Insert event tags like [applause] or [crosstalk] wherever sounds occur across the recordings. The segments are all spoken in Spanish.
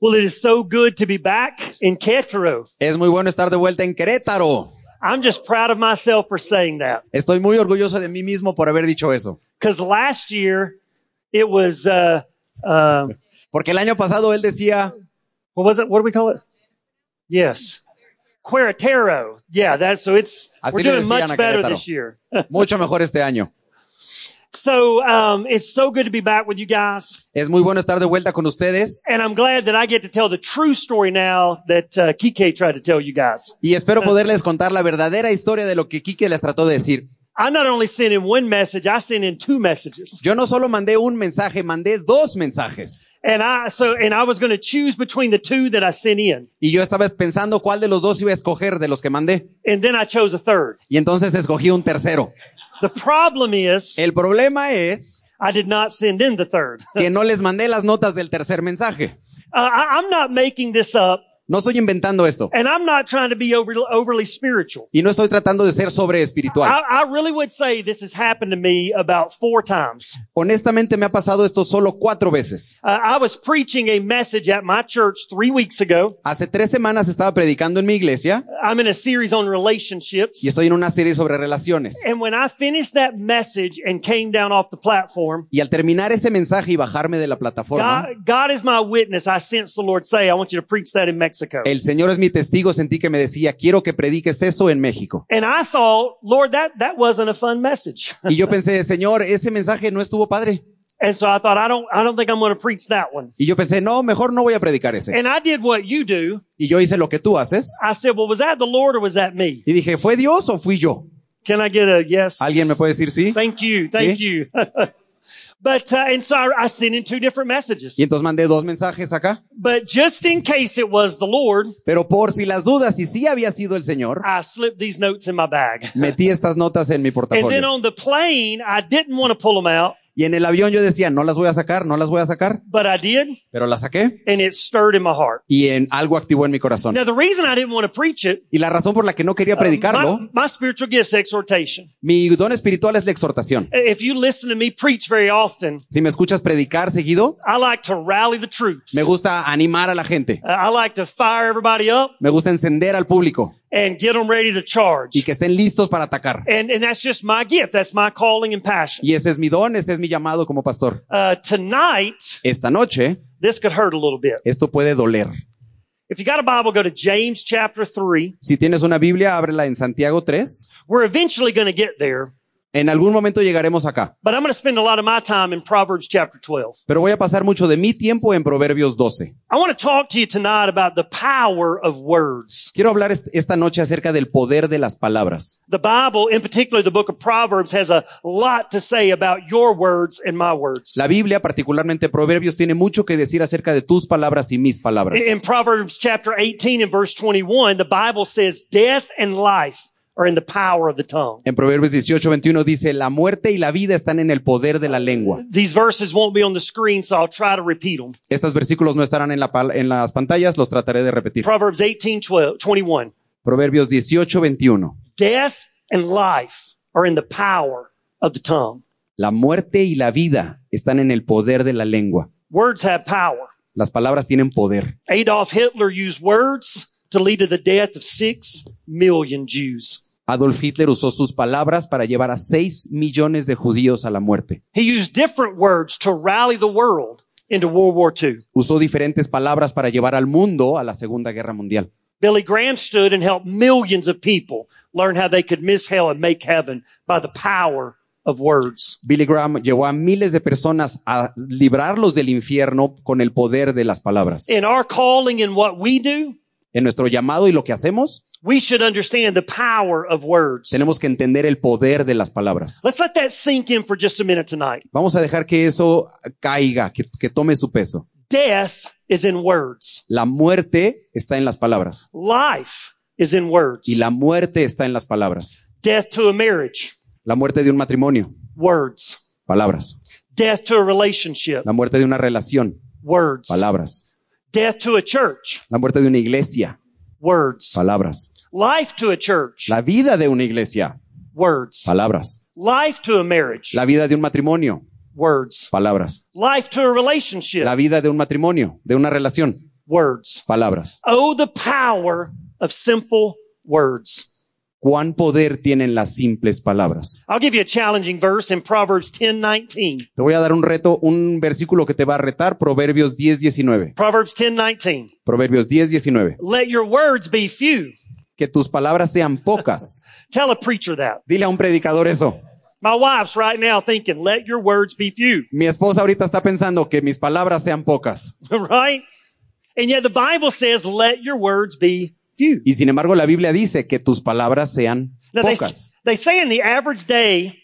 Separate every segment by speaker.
Speaker 1: Well, it is so good to be back in Querétaro.
Speaker 2: Es muy bueno estar de vuelta en Querétaro.
Speaker 1: I'm just proud of myself for saying that
Speaker 2: Estoy muy orgulloso de mí mismo por haber dicho eso.
Speaker 1: because last year it was uh, uh,
Speaker 2: Porque el año pasado él decía,
Speaker 1: what was it? What do we call it? Yes, Querétaro. Yeah, that's so it's
Speaker 2: Así
Speaker 1: we're
Speaker 2: le
Speaker 1: doing
Speaker 2: decían
Speaker 1: much
Speaker 2: a
Speaker 1: better
Speaker 2: Querétaro.
Speaker 1: this year.
Speaker 2: mucho mejor este año.
Speaker 1: so um, it's so good to be back with you guys,
Speaker 2: Es muy bueno estar de vuelta con ustedes
Speaker 1: and I'm glad that I get to tell the true story now that uh, Kike tried to tell you guys.
Speaker 2: y espero poderles contar la verdadera historia de lo que Quique les trató de decir.
Speaker 1: I not only sent in one message, I sent in two messages,
Speaker 2: Yo no solo mandé un mensaje, mandé dos mensajes.
Speaker 1: and I so and I was going to choose between the two that I sent in.
Speaker 2: Y yo estaba pensando cuál de los dos iba a escoger de los que mandé.
Speaker 1: and then I chose a third.
Speaker 2: Y entonces escogí un tercero.
Speaker 1: The problem is
Speaker 2: El problema es
Speaker 1: I did not send in the third. Uh,
Speaker 2: que no les mandé las notas del tercer mensaje.
Speaker 1: I, I'm not making this up,
Speaker 2: No estoy inventando esto.
Speaker 1: and I'm not trying to be over, overly spiritual.
Speaker 2: Y no estoy tratando de ser sobre espiritual.
Speaker 1: I, I really would say this has happened to me about four times.
Speaker 2: Honestamente me ha pasado esto solo cuatro veces.
Speaker 1: Uh, I was preaching a message at my church three weeks ago.
Speaker 2: Hace tres semanas estaba predicando en mi iglesia
Speaker 1: I'm in a series on relationships.
Speaker 2: y estoy en una serie sobre relaciones.
Speaker 1: And when I finished that message and came down off the platform,
Speaker 2: Y al terminar ese mensaje y bajarme de la plataforma,
Speaker 1: God, God is my witness. I sense the Lord say, I want you to preach that in Mexico.
Speaker 2: el Señor es mi testigo, sentí que me decía, quiero que prediques eso en México.
Speaker 1: And I thought, Lord, that, that wasn't a fun message.
Speaker 2: Y yo pensé, Señor, ese mensaje no estuvo padre.
Speaker 1: And so I thought, I don't, I don't think I'm going to preach that one.
Speaker 2: Y yo pensé, no, mejor no voy a predicar ese.
Speaker 1: And I did what you do.
Speaker 2: Y yo hice lo que tú haces.
Speaker 1: I said, well, was that the Lord or was that me?
Speaker 2: Y dije, ¿fue Dios o fui yo?
Speaker 1: Can I get a yes?
Speaker 2: ¿Alguien me puede decir sí?
Speaker 1: Thank you. Thank
Speaker 2: See?
Speaker 1: you. [laughs] but, uh, and so I, I sent in two different
Speaker 2: Y
Speaker 1: messages,
Speaker 2: entonces mandé dos mensajes acá.
Speaker 1: but just in case it was the Lord,
Speaker 2: Pero por si las dudas, y sí había sido el Señor,
Speaker 1: I slipped these notes in my bag.
Speaker 2: metí estas notas en mi
Speaker 1: And then
Speaker 2: portafolio.
Speaker 1: on the plane, I didn't want to pull them out,
Speaker 2: Y en el avión yo decía, no las voy a sacar, no las voy a sacar,
Speaker 1: but I did.
Speaker 2: pero las saqué.
Speaker 1: And it stirred in my heart.
Speaker 2: Y en algo activó en mi corazón.
Speaker 1: Now, the reason I didn't want to preach it,
Speaker 2: Y la razón por la que no quería predicarlo,
Speaker 1: my, my spiritual gifts exhortation.
Speaker 2: mi don espiritual es la exhortación.
Speaker 1: If you listen to me preach very often,
Speaker 2: Si me escuchas predicar seguido,
Speaker 1: I like to rally the troops.
Speaker 2: me gusta animar a la gente,
Speaker 1: Uh, I like to fire everybody up
Speaker 2: me gusta encender al público
Speaker 1: and get them ready to charge.
Speaker 2: y que estén listos para atacar.
Speaker 1: And, and that's just my gift. That's my calling and passion.
Speaker 2: Y ese es mi don, ese es mi llamado como pastor.
Speaker 1: Uh, tonight,
Speaker 2: Esta noche,
Speaker 1: this could hurt a little bit.
Speaker 2: esto puede doler.
Speaker 1: If you got a Bible, go to James chapter three.
Speaker 2: Si tienes una Biblia, ábrela en Santiago 3.
Speaker 1: We're eventually going to get there,
Speaker 2: En algún momento llegaremos acá,
Speaker 1: but I'm going to spend a lot of my time in Proverbs chapter 12.
Speaker 2: pero voy a pasar mucho de mi tiempo en Proverbios 12.
Speaker 1: I want to talk to you tonight about the power of words.
Speaker 2: Quiero hablar est- esta noche acerca del poder de las palabras.
Speaker 1: The Bible, in particular the book of Proverbs, has a lot to say about your words and my words.
Speaker 2: La Biblia, particularmente Proverbios, tiene mucho que decir acerca de tus palabras y mis palabras.
Speaker 1: In Proverbs chapter 18 and verse 21, the Bible says death and life are in the power of the tongue.
Speaker 2: En Proverbios 18, 21 dice, la muerte y la vida están en el poder de la lengua.
Speaker 1: These verses won't be on the screen, so I'll try to repeat them.
Speaker 2: Estos versículos no estarán en, la pal- en las pantallas, los trataré de repetir.
Speaker 1: Proverbs 18, 12, 21.
Speaker 2: Proverbios 18, 21.
Speaker 1: Death and life are in the power of the tongue.
Speaker 2: La muerte y la vida están en el poder de la lengua.
Speaker 1: Words have power.
Speaker 2: Las palabras tienen poder.
Speaker 1: Adolf Hitler used words to lead to the death of six million Jews.
Speaker 2: Adolf Hitler usó sus palabras para llevar a 6 millones de judíos a la muerte.
Speaker 1: He used different words to rally the world into World War II.
Speaker 2: Usó diferentes palabras para llevar al mundo a la Segunda Guerra Mundial.
Speaker 1: Billy Graham stood and helped millions of people learn how they could miss hell and make heaven by the power of words.
Speaker 2: Billy Graham llevó a miles de personas a librarlos del infierno con el poder de las palabras.
Speaker 1: In our calling and what we do,
Speaker 2: En nuestro llamado y lo que hacemos,
Speaker 1: we should understand the power of words.
Speaker 2: tenemos que entender el poder de las palabras.
Speaker 1: Let's let that sink in for just a minute tonight.
Speaker 2: Vamos a dejar que eso caiga, que, que tome su peso.
Speaker 1: Death is in words.
Speaker 2: La muerte está en las palabras
Speaker 1: Life is in words.
Speaker 2: y la muerte está en las palabras.
Speaker 1: Death to a marriage,
Speaker 2: La muerte de un matrimonio,
Speaker 1: words.
Speaker 2: palabras.
Speaker 1: Death to a relationship,
Speaker 2: La muerte de una relación,
Speaker 1: words.
Speaker 2: palabras.
Speaker 1: Death to a church,
Speaker 2: La muerte de una iglesia,
Speaker 1: words.
Speaker 2: palabras.
Speaker 1: Life to a church,
Speaker 2: La vida de una iglesia,
Speaker 1: words.
Speaker 2: palabras.
Speaker 1: Life to a marriage,
Speaker 2: La vida de un matrimonio,
Speaker 1: words.
Speaker 2: palabras.
Speaker 1: Life to a relationship,
Speaker 2: La vida de un matrimonio, de una relación,
Speaker 1: words.
Speaker 2: palabras.
Speaker 1: Oh, the power of simple words.
Speaker 2: ¿Cuán poder tienen las simples palabras?
Speaker 1: I'll give you a challenging verse in Proverbs 10, 19.
Speaker 2: Te voy a dar un reto, un versículo que te va a retar, Proverbios 10, 19.
Speaker 1: Proverbs 10, 19.
Speaker 2: Proverbios 10, 19.
Speaker 1: Let your words be few.
Speaker 2: Que tus palabras sean pocas.
Speaker 1: Tell a preacher that.
Speaker 2: Dile a un predicador eso.
Speaker 1: My wife's right now thinking, let your words be few, [laughs]
Speaker 2: Mi esposa ahorita está pensando que mis palabras sean pocas.
Speaker 1: right? And yet the Bible says, let your words be few.
Speaker 2: Y sin embargo, la Biblia dice que tus palabras sean
Speaker 1: Now they,
Speaker 2: pocas.
Speaker 1: they say in the average day,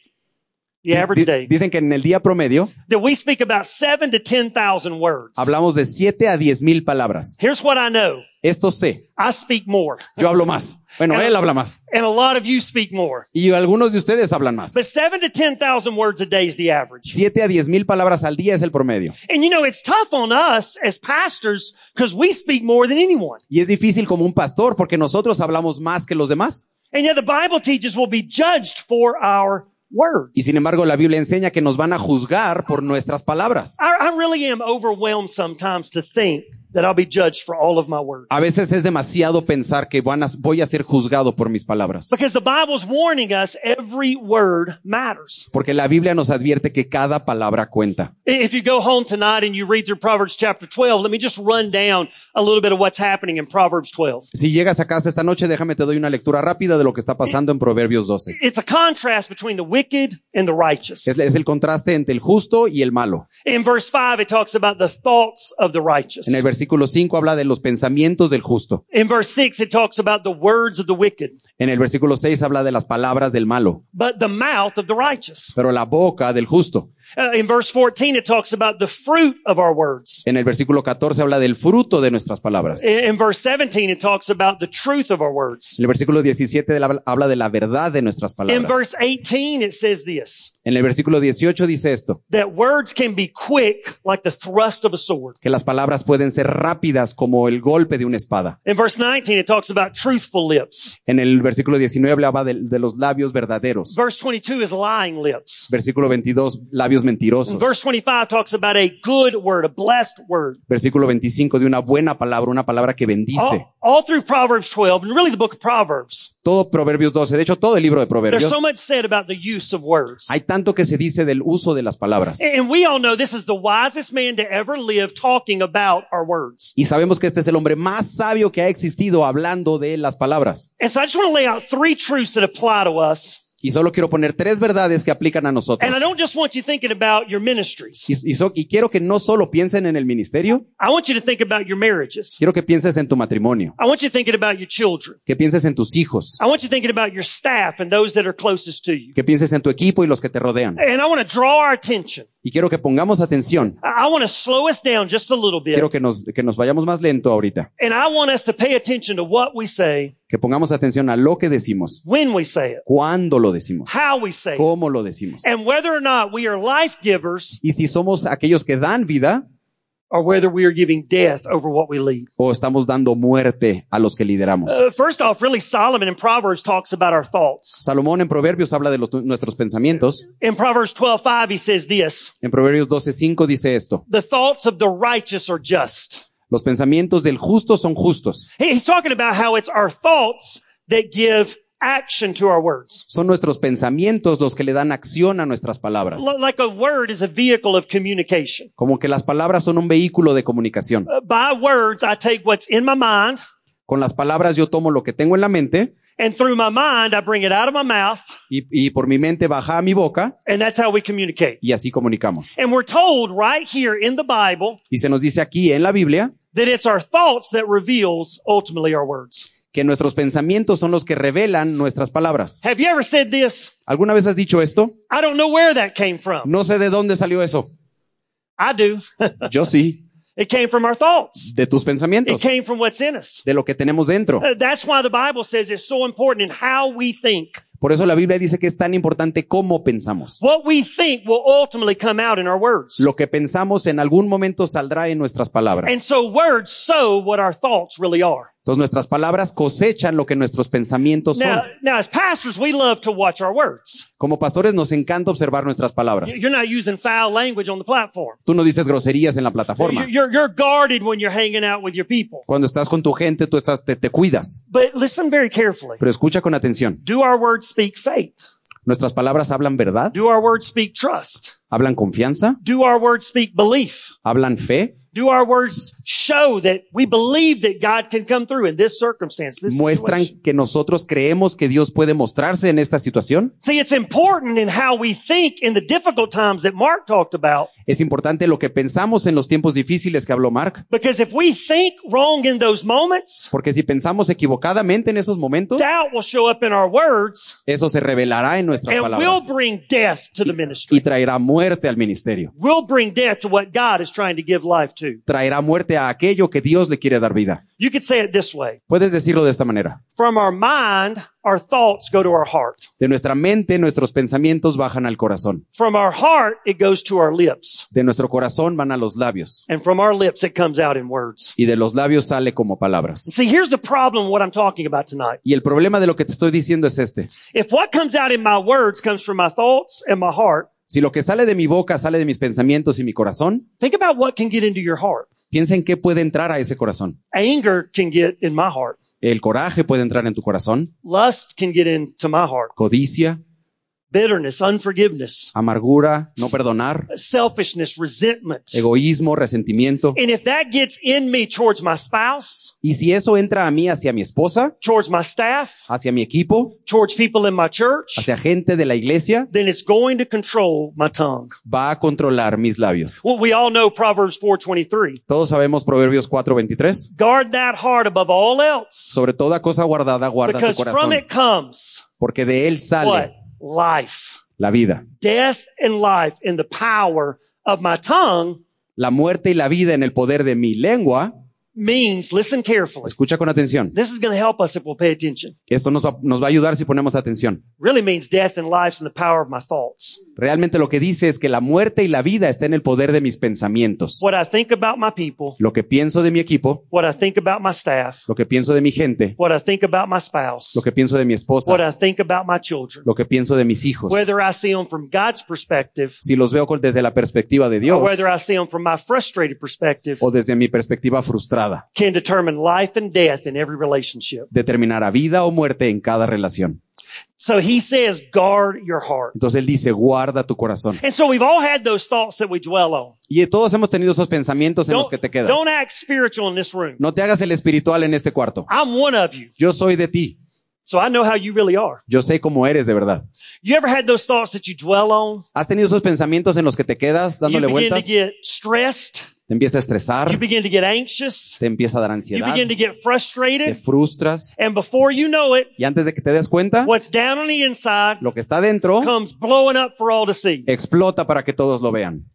Speaker 1: the average
Speaker 2: Di-
Speaker 1: day,
Speaker 2: Dicen que en el día promedio
Speaker 1: that we speak about seven to 10,000 words.
Speaker 2: hablamos de 7 a 10 mil palabras.
Speaker 1: Here's what I know.
Speaker 2: Esto sé.
Speaker 1: I speak more
Speaker 2: Yo hablo más. Bueno, él habla más.
Speaker 1: and a lot of you speak more,
Speaker 2: Y algunos de ustedes hablan más.
Speaker 1: but seven to 10,000 words a day is the average.
Speaker 2: 7 a 10 mil palabras al día es el promedio.
Speaker 1: And you know, it's tough on us as pastors because we speak more than anyone.
Speaker 2: Y es difícil como un pastor porque nosotros hablamos más que los demás.
Speaker 1: And yet the Bible teaches we'll be judged for our words.
Speaker 2: Y sin embargo, la Biblia enseña que nos van a juzgar por nuestras palabras.
Speaker 1: I, I really am overwhelmed sometimes to think that I'll be judged for all of my words.
Speaker 2: A veces es demasiado pensar que van a- voy a ser juzgado por mis palabras.
Speaker 1: Because the Bible's warning us every word matters.
Speaker 2: Porque la Biblia nos advierte que cada palabra cuenta.
Speaker 1: I- If you go home tonight and you read through Proverbs chapter 12, let me just run down a little bit of what's happening in Proverbs 12.
Speaker 2: Si llegas a casa esta noche, déjame te doy una lectura rápida de lo que está pasando en Proverbios 12.
Speaker 1: It's a contrast between the wicked and the righteous.
Speaker 2: Es, es el contraste entre el justo y el malo.
Speaker 1: In verse 5, it talks about the thoughts of the righteous.
Speaker 2: En el versículo 5 habla de los pensamientos del justo.
Speaker 1: In verse 6, it talks about the words of the wicked,
Speaker 2: En el versículo 6 habla de las palabras del malo,
Speaker 1: but the mouth of the righteous.
Speaker 2: pero la boca del justo.
Speaker 1: Uh, in verse 14, it talks about the fruit of our words.
Speaker 2: En el versículo 14 habla del fruto de nuestras palabras. En
Speaker 1: In, in verse 17, it talks about the truth of our words.
Speaker 2: el versículo 17 de la- habla de la verdad de nuestras
Speaker 1: In
Speaker 2: palabras.
Speaker 1: verse 18, it says this,
Speaker 2: En el versículo 18 dice esto,
Speaker 1: that words can be quick like the thrust of a sword.
Speaker 2: que las palabras pueden ser rápidas como el golpe de una espada.
Speaker 1: In verse 19, it talks about truthful lips.
Speaker 2: En el versículo 19 hablaba de, de los labios verdaderos.
Speaker 1: Verse 22 is lying lips.
Speaker 2: Versículo 22, labios mentirosos.
Speaker 1: Verse 25 talks about a good word, a blessed word.
Speaker 2: Versículo 25, de una buena palabra, una palabra que bendice.
Speaker 1: All, all through Proverbs 12 and really the book of Proverbs,
Speaker 2: Todo Proverbios 12, de hecho todo el libro de
Speaker 1: there's
Speaker 2: Proverbios.
Speaker 1: so much said about the use of words.
Speaker 2: Hay tanto que se dice del uso de las palabras.
Speaker 1: And we all know this is the wisest man to ever live talking about our words.
Speaker 2: Y sabemos que este es el hombre más sabio que ha existido hablando de las palabras.
Speaker 1: And so I just want to lay out three truths that apply to us.
Speaker 2: Y solo quiero poner tres verdades que aplican a nosotros.
Speaker 1: And I don't just want you thinking about your ministries.
Speaker 2: Y, y so- y quiero que no solo piensen en el ministerio,
Speaker 1: I want you to think about your marriages.
Speaker 2: quiero que pienses en tu matrimonio,
Speaker 1: I want you thinking about your children.
Speaker 2: que pienses en tus hijos,
Speaker 1: I want you thinking about your staff and those that are closest to you.
Speaker 2: que pienses en tu equipo y los que te rodean.
Speaker 1: And I want to draw our attention.
Speaker 2: Y quiero que pongamos atención,
Speaker 1: I I want to slow us down just a little bit.
Speaker 2: quiero que nos, que nos vayamos más lento ahorita,
Speaker 1: And I want us to pay attention to what we say,
Speaker 2: que pongamos atención a lo que decimos,
Speaker 1: when we say it,
Speaker 2: cuándo lo decimos,
Speaker 1: how we say it,
Speaker 2: cómo lo decimos.
Speaker 1: and whether or not we are life givers
Speaker 2: Y si somos aquellos que dan vida
Speaker 1: or whether we are giving death over what we lead.
Speaker 2: o estamos dando muerte a los que lideramos.
Speaker 1: Uh, first off, really Solomon in Proverbs talks about our thoughts.
Speaker 2: Salomón en Proverbios habla de los- nuestros pensamientos.
Speaker 1: In Proverbs 12, 5, he says this,
Speaker 2: En Proverbios 12:5 dice esto:
Speaker 1: the thoughts of the righteous are just.
Speaker 2: Los pensamientos del justo son justos.
Speaker 1: He- He's talking about how it's our thoughts that give action to our words.
Speaker 2: Son nuestros pensamientos los que le dan acción a nuestras palabras.
Speaker 1: L- like a word is a vehicle of communication.
Speaker 2: Como que las palabras son un vehículo de comunicación.
Speaker 1: Uh, By words, I take what's in my mind
Speaker 2: Con las palabras yo tomo lo que tengo en la mente
Speaker 1: and through my mind, I bring it out of my mouth
Speaker 2: y, y por mi mente baja a mi boca
Speaker 1: and that's how we communicate.
Speaker 2: y así comunicamos.
Speaker 1: And we're told right here in the Bible
Speaker 2: Y se nos dice aquí en la Biblia
Speaker 1: that it's our thoughts that reveals ultimately our words.
Speaker 2: que nuestros pensamientos son los que revelan nuestras palabras.
Speaker 1: Have you ever said this?
Speaker 2: ¿Alguna vez has dicho esto?
Speaker 1: I don't know where that came from.
Speaker 2: No sé de dónde salió eso.
Speaker 1: I do. [laughs]
Speaker 2: Yo sí,
Speaker 1: it came from our thoughts.
Speaker 2: de tus
Speaker 1: It
Speaker 2: pensamientos,
Speaker 1: came from what's in us.
Speaker 2: de lo que tenemos dentro.
Speaker 1: Uh, That's why the Bible says it's so important in how we think,
Speaker 2: Por eso la Biblia dice que es tan importante cómo pensamos.
Speaker 1: What we think will ultimately come out in our words.
Speaker 2: Lo que pensamos en algún momento saldrá en nuestras palabras.
Speaker 1: And so words sow what our thoughts really are.
Speaker 2: Entonces nuestras palabras cosechan lo que nuestros pensamientos son.
Speaker 1: Now, now as pastors, we love to watch our words.
Speaker 2: Como pastores nos encanta observar nuestras palabras.
Speaker 1: You- You're not using foul language on the platform.
Speaker 2: Tú no dices groserías en la plataforma.
Speaker 1: You're, you're, you're guarded when you're hanging out with your people.
Speaker 2: Cuando estás con tu gente, tú estás, te, te cuidas.
Speaker 1: But listen very carefully.
Speaker 2: Pero escucha con atención.
Speaker 1: Do our words speak faith?
Speaker 2: Nuestras palabras hablan verdad,
Speaker 1: Do our words speak trust?
Speaker 2: hablan confianza,
Speaker 1: Do our words speak belief?
Speaker 2: hablan fe,
Speaker 1: Do our words show that we believe that God can come through in this circumstance? This
Speaker 2: muestran
Speaker 1: situation?
Speaker 2: que nosotros creemos que Dios puede mostrarse en esta situación.
Speaker 1: See, it's important in how we think in the difficult times that Mark talked about,
Speaker 2: Es importante lo que pensamos en los tiempos difíciles que habló Mark,
Speaker 1: because if we think wrong in those moments,
Speaker 2: porque si pensamos equivocadamente en esos momentos,
Speaker 1: doubt will show up in our words
Speaker 2: eso se revelará en nuestras
Speaker 1: and
Speaker 2: palabras
Speaker 1: will bring death to the
Speaker 2: y
Speaker 1: ministry.
Speaker 2: traerá muerte al ministerio,
Speaker 1: Will bring death to what God is trying to give life to.
Speaker 2: traerá muerte a aquello que Dios le quiere dar vida.
Speaker 1: You could say it this way.
Speaker 2: Puedes decirlo de esta manera.
Speaker 1: From our mind, our thoughts go to our heart.
Speaker 2: De nuestra mente, nuestros pensamientos bajan al corazón.
Speaker 1: From our heart, it goes to our lips.
Speaker 2: De nuestro corazón van a los labios
Speaker 1: And from our lips, it comes out in words.
Speaker 2: y de los labios sale como palabras.
Speaker 1: See, here's the problem what I'm talking about tonight.
Speaker 2: Y el problema de lo que te estoy diciendo es este.
Speaker 1: If what comes out in my words comes from my thoughts and my heart,
Speaker 2: Si lo que sale de mi boca sale de mis pensamientos y mi corazón,
Speaker 1: think about what can get into your heart.
Speaker 2: piensa en qué puede entrar a ese corazón.
Speaker 1: Anger can get in my heart.
Speaker 2: El coraje puede entrar en tu corazón,
Speaker 1: Lust can get into my heart.
Speaker 2: codicia,
Speaker 1: Bitterness, unforgiveness,
Speaker 2: amargura, no perdonar,
Speaker 1: selfishness, resentment.
Speaker 2: egoísmo, resentimiento.
Speaker 1: And if that gets in me towards my spouse,
Speaker 2: Y si eso entra a mí hacia mi esposa,
Speaker 1: towards my staff,
Speaker 2: hacia mi equipo,
Speaker 1: towards people in my church,
Speaker 2: hacia gente de la iglesia,
Speaker 1: then it's going to control my tongue.
Speaker 2: va a controlar mis labios.
Speaker 1: Well, we all know Proverbs 4:23.
Speaker 2: Todos sabemos Proverbios 4:23.
Speaker 1: Guard that heart above all else,
Speaker 2: Sobre toda cosa guardada, guarda tu
Speaker 1: because from
Speaker 2: corazón,
Speaker 1: it comes
Speaker 2: porque de él
Speaker 1: what?
Speaker 2: sale
Speaker 1: Life.
Speaker 2: la vida.
Speaker 1: Death and life in the power of my tongue
Speaker 2: La muerte y la vida en el poder de mi lengua.
Speaker 1: means, listen carefully.
Speaker 2: Escucha con atención.
Speaker 1: This is going to help us if we'll pay attention.
Speaker 2: Esto nos va, nos va a ayudar si ponemos atención.
Speaker 1: Really means death and life's in the power of my thoughts.
Speaker 2: Realmente lo que dice es que la muerte y la vida está en el poder de mis pensamientos.
Speaker 1: What I think about my people,
Speaker 2: Lo que pienso de mi equipo,
Speaker 1: what I think about my staff,
Speaker 2: lo que pienso de mi gente,
Speaker 1: what I think about my spouse,
Speaker 2: lo que pienso de mi
Speaker 1: what
Speaker 2: esposa,
Speaker 1: I think about my children,
Speaker 2: lo que pienso de mis hijos.
Speaker 1: whether I see them from God's perspective
Speaker 2: Si los veo con- desde la perspectiva de
Speaker 1: or
Speaker 2: Dios
Speaker 1: whether I see them from my frustrated perspective
Speaker 2: o desde mi perspectiva frustrada,
Speaker 1: can determine life and death in every relationship.
Speaker 2: determinará vida o muerte en cada relación.
Speaker 1: So he says, guard your heart.
Speaker 2: Entonces él dice, guarda tu corazón.
Speaker 1: And so we've all had those thoughts that we dwell on.
Speaker 2: Y todos hemos tenido esos pensamientos en los
Speaker 1: Don't,
Speaker 2: que te quedas.
Speaker 1: don't act spiritual in this room.
Speaker 2: No te hagas el espiritual en este cuarto.
Speaker 1: I'm one of you,
Speaker 2: Yo soy de ti.
Speaker 1: so I know how you really are.
Speaker 2: Yo sé cómo eres de verdad.
Speaker 1: You ever had those thoughts that you dwell on?
Speaker 2: ¿Has tenido esos pensamientos en los que te quedas
Speaker 1: You
Speaker 2: dándole
Speaker 1: begin to
Speaker 2: vueltas?
Speaker 1: get stressed.
Speaker 2: Te empieza a
Speaker 1: You
Speaker 2: estresar,
Speaker 1: begin to get anxious.
Speaker 2: te empieza a dar
Speaker 1: You
Speaker 2: ansiedad,
Speaker 1: begin to get
Speaker 2: te
Speaker 1: frustrated.
Speaker 2: frustras
Speaker 1: And before you know it,
Speaker 2: y antes de que te des cuenta,
Speaker 1: what's down on the inside
Speaker 2: lo que está dentro
Speaker 1: comes blowing up for all to
Speaker 2: Eh.
Speaker 1: see.
Speaker 2: explota para que todos lo vean.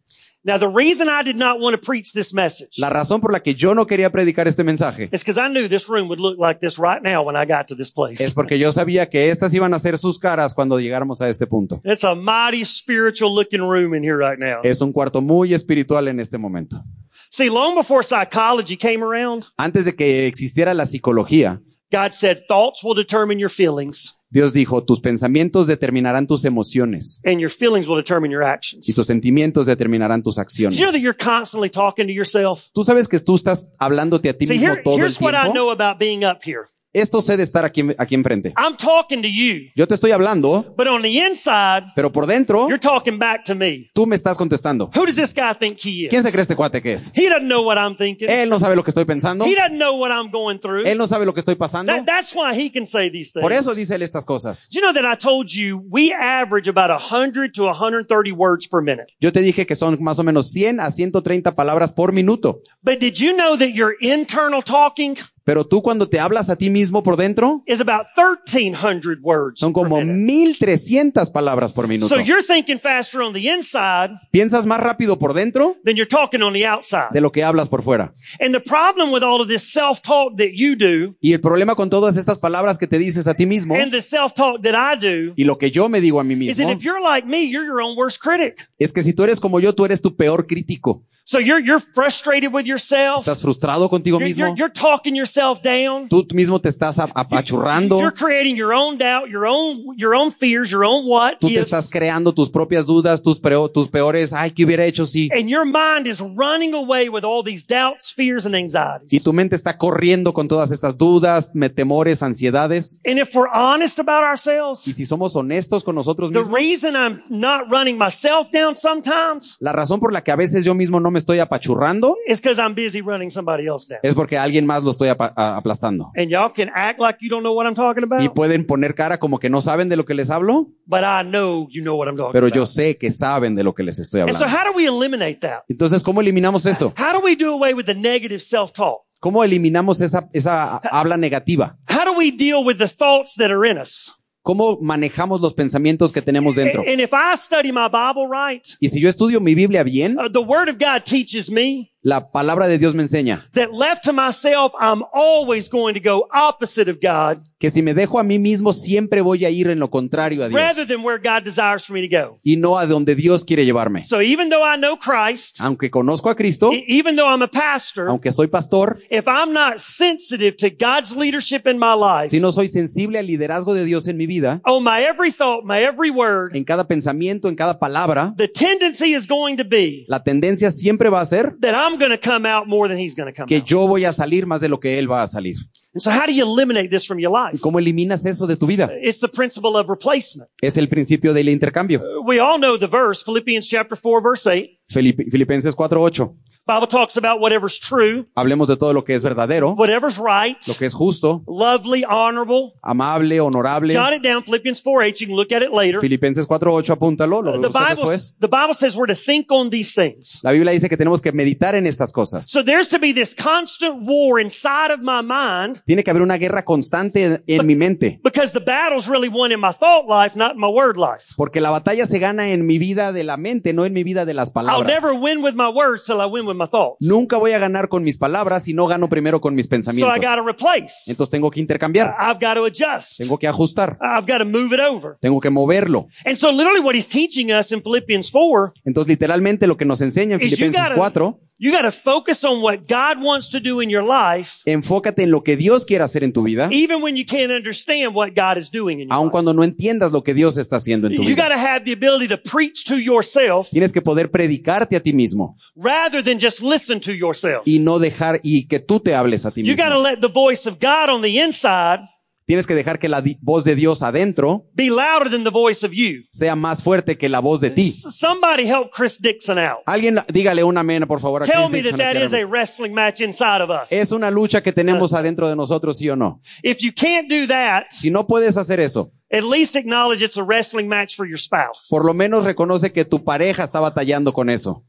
Speaker 1: Now, the reason I did not want to preach this message
Speaker 2: La razón por la que yo no quería predicar este mensaje
Speaker 1: is because I knew this room would look like this right now when I got to this
Speaker 2: es
Speaker 1: place.
Speaker 2: porque yo sabía que estas iban a ser sus caras cuando llegáramos a este punto.
Speaker 1: It's a mighty spiritual looking room in here right now.
Speaker 2: Es un cuarto muy espiritual en este momento.
Speaker 1: See, long before psychology came around,
Speaker 2: Antes de que existiera la psicología,
Speaker 1: God said thoughts will determine your feelings
Speaker 2: Dios dijo, tus pensamientos determinarán tus emociones
Speaker 1: and your feelings will determine your actions.
Speaker 2: y tus sentimientos determinarán tus
Speaker 1: Did
Speaker 2: acciones.
Speaker 1: you know that you're constantly talking to yourself?
Speaker 2: Tú sabes que tú estás hablándote a ti
Speaker 1: See,
Speaker 2: mismo
Speaker 1: here-
Speaker 2: todo el
Speaker 1: here's what I
Speaker 2: tiempo.
Speaker 1: know about being up here.
Speaker 2: Esto sé de estar aquí, aquí enfrente.
Speaker 1: I'm talking to you,
Speaker 2: Yo te estoy hablando,
Speaker 1: but on the inside,
Speaker 2: pero por dentro
Speaker 1: you're talking back to me.
Speaker 2: tú me estás contestando.
Speaker 1: Who does this guy think he
Speaker 2: ¿Quién
Speaker 1: is?
Speaker 2: se cree este cuate que es?
Speaker 1: He doesn't know what I'm thinking.
Speaker 2: Él no sabe lo que estoy pensando.
Speaker 1: He doesn't know what I'm going through.
Speaker 2: Él no sabe lo que estoy pasando.
Speaker 1: That- that's why he can say these things.
Speaker 2: Por eso dice él estas cosas.
Speaker 1: Did you know that I told you we average about 100 to 130 words per minute?
Speaker 2: Yo te dije que son más o menos 100 a 130 palabras por minuto.
Speaker 1: But did you know that your internal talking
Speaker 2: Pero tú cuando te hablas a ti mismo por dentro,
Speaker 1: is about 1,300 words.
Speaker 2: son
Speaker 1: per
Speaker 2: como
Speaker 1: minute.
Speaker 2: 1300 palabras por minuto.
Speaker 1: So you're thinking faster on the inside
Speaker 2: Piensas más rápido por dentro
Speaker 1: than you're talking on the outside.
Speaker 2: de lo que hablas por fuera.
Speaker 1: And the problem with all of this self-talk that you do
Speaker 2: Y el problema con todas estas palabras que te dices a ti mismo
Speaker 1: and the self-talk that I do
Speaker 2: y lo que yo me digo a mí
Speaker 1: is that
Speaker 2: mismo
Speaker 1: if you're like me, you're your own worst critic.
Speaker 2: es que si tú eres como yo, tú eres tu peor crítico.
Speaker 1: So you're, you're frustrated with yourself.
Speaker 2: Estás frustrado contigo
Speaker 1: You're,
Speaker 2: mismo.
Speaker 1: you're, you're talking yourself down.
Speaker 2: Tú mismo te estás ap- apachurrando.
Speaker 1: You're creating your own doubt, your own, your own fears, your own what
Speaker 2: Tú te
Speaker 1: ifs,
Speaker 2: estás creando tus propias dudas, tus, preo- tus peores, ay, ¿qué hubiera hecho si?
Speaker 1: and your mind is running away with all these doubts, fears, and
Speaker 2: Y
Speaker 1: anxieties.
Speaker 2: tu mente está corriendo con todas estas dudas, me- temores, ansiedades.
Speaker 1: And if we're honest about
Speaker 2: Y
Speaker 1: ourselves,
Speaker 2: si somos honestos con nosotros
Speaker 1: the
Speaker 2: mismos,
Speaker 1: reason I'm not running myself down sometimes
Speaker 2: la razón por la que a veces yo mismo no me estoy apachurrando
Speaker 1: is because I'm busy running somebody else down.
Speaker 2: es porque a alguien más lo estoy apa- a- aplastando.
Speaker 1: And y'all can act like you don't know what I'm talking
Speaker 2: Y
Speaker 1: about,
Speaker 2: pueden poner cara como que no saben de lo que les hablo,
Speaker 1: but I know you know what I'm talking
Speaker 2: pero
Speaker 1: about.
Speaker 2: yo sé que saben de lo que les estoy
Speaker 1: And so
Speaker 2: hablando.
Speaker 1: how do we eliminate that?
Speaker 2: Entonces, ¿cómo eliminamos eso?
Speaker 1: How do we do away with the negative self-talk?
Speaker 2: ¿Cómo eliminamos esa, esa habla negativa?
Speaker 1: How do we deal with the thoughts that are in us?
Speaker 2: ¿Cómo manejamos los pensamientos que tenemos dentro?
Speaker 1: And if I study my Bible right,
Speaker 2: Y si yo estudio mi Biblia bien,
Speaker 1: uh, the Word of God teaches me
Speaker 2: la palabra de Dios me enseña
Speaker 1: that left to myself, I'm always going to go opposite of God
Speaker 2: que si me dejo a mí mismo, siempre voy a ir en lo contrario a
Speaker 1: rather
Speaker 2: Dios
Speaker 1: than where God desires for me to go.
Speaker 2: y no a donde Dios quiere llevarme.
Speaker 1: So even though I know Christ,
Speaker 2: Aunque conozco a Cristo,
Speaker 1: e- even though I'm a pastor,
Speaker 2: aunque soy pastor,
Speaker 1: if I'm not sensitive to God's leadership in my life,
Speaker 2: si no soy sensible al liderazgo de Dios en mi vida,
Speaker 1: on my every thought, my every word,
Speaker 2: en cada pensamiento, en cada palabra,
Speaker 1: the tendency is going to be
Speaker 2: la tendencia siempre va a ser
Speaker 1: that I'm going to come out more than he's going to come
Speaker 2: que
Speaker 1: out.
Speaker 2: yo voy a salir más de lo que Él va a salir.
Speaker 1: And so how do you eliminate this from your life?
Speaker 2: ¿Cómo eliminas eso de tu vida?
Speaker 1: It's the principle of replacement.
Speaker 2: Es el principio del intercambio.
Speaker 1: We all know the verse, Philippians chapter 4 verse 8.
Speaker 2: Filip- Filipenses 4:8.
Speaker 1: Bible talks about whatever's true,
Speaker 2: Hablemos de todo lo que es verdadero,
Speaker 1: whatever's right,
Speaker 2: lo que es justo,
Speaker 1: lovely, honorable.
Speaker 2: amable, honorable.
Speaker 1: Jot it down, Philippians 4 8. You can look at it later.
Speaker 2: Filipenses 4:8, apúntalo, lo
Speaker 1: The
Speaker 2: vemos
Speaker 1: Bible,
Speaker 2: después.
Speaker 1: the Bible says we're to think on these things.
Speaker 2: La Biblia dice que tenemos que meditar en estas cosas.
Speaker 1: So there's to be this constant war inside of my mind
Speaker 2: Tiene que haber una guerra constante en, en mi mente,
Speaker 1: because the battle's really won in my thought life, not in my word life.
Speaker 2: porque la batalla se gana en mi vida de la mente, no en mi vida de las
Speaker 1: I'll
Speaker 2: palabras.
Speaker 1: never win with my words till I win with my thoughts.
Speaker 2: Nunca voy a ganar con mis palabras si no gano primero con mis
Speaker 1: So I
Speaker 2: pensamientos.
Speaker 1: got to replace.
Speaker 2: Entonces tengo que intercambiar,
Speaker 1: I've got to adjust.
Speaker 2: tengo que ajustar,
Speaker 1: I've got to move it over.
Speaker 2: tengo que moverlo.
Speaker 1: And so literally what he's teaching us in Philippians 4
Speaker 2: Entonces literalmente lo que nos enseña en
Speaker 1: is you
Speaker 2: Filipenses
Speaker 1: gotta,
Speaker 2: 4,
Speaker 1: you gotta focus on what God wants to do in your life,
Speaker 2: enfócate en lo que Dios quiere hacer en tu vida,
Speaker 1: even when you can't understand what God is doing in your
Speaker 2: aun
Speaker 1: life.
Speaker 2: cuando no entiendas lo que Dios está haciendo en tu
Speaker 1: You
Speaker 2: vida.
Speaker 1: gotta have the ability to preach to yourself
Speaker 2: Tienes que poder predicarte a ti mismo
Speaker 1: rather than just listen to yourself.
Speaker 2: y no dejar y que tú te hables a ti
Speaker 1: You
Speaker 2: mismo.
Speaker 1: gotta let the voice of God on the inside
Speaker 2: Tienes que dejar que la di- voz de Dios adentro
Speaker 1: be louder than the voice of you.
Speaker 2: sea más fuerte que la voz de ti.
Speaker 1: S- Somebody help Chris Dixon out.
Speaker 2: Alguien dígale un amén, por favor. a
Speaker 1: Tell
Speaker 2: Ah, Chris
Speaker 1: me
Speaker 2: Dixon Eh.
Speaker 1: that that
Speaker 2: aquí
Speaker 1: is a
Speaker 2: arriba.
Speaker 1: wrestling match inside of us.
Speaker 2: Es una lucha que tenemos adentro de nosotros, sí o no.
Speaker 1: If you can't do that,
Speaker 2: Si no puedes hacer eso,
Speaker 1: at least acknowledge it's a wrestling match for your spouse.
Speaker 2: por lo menos reconoce que tu pareja está batallando con eso.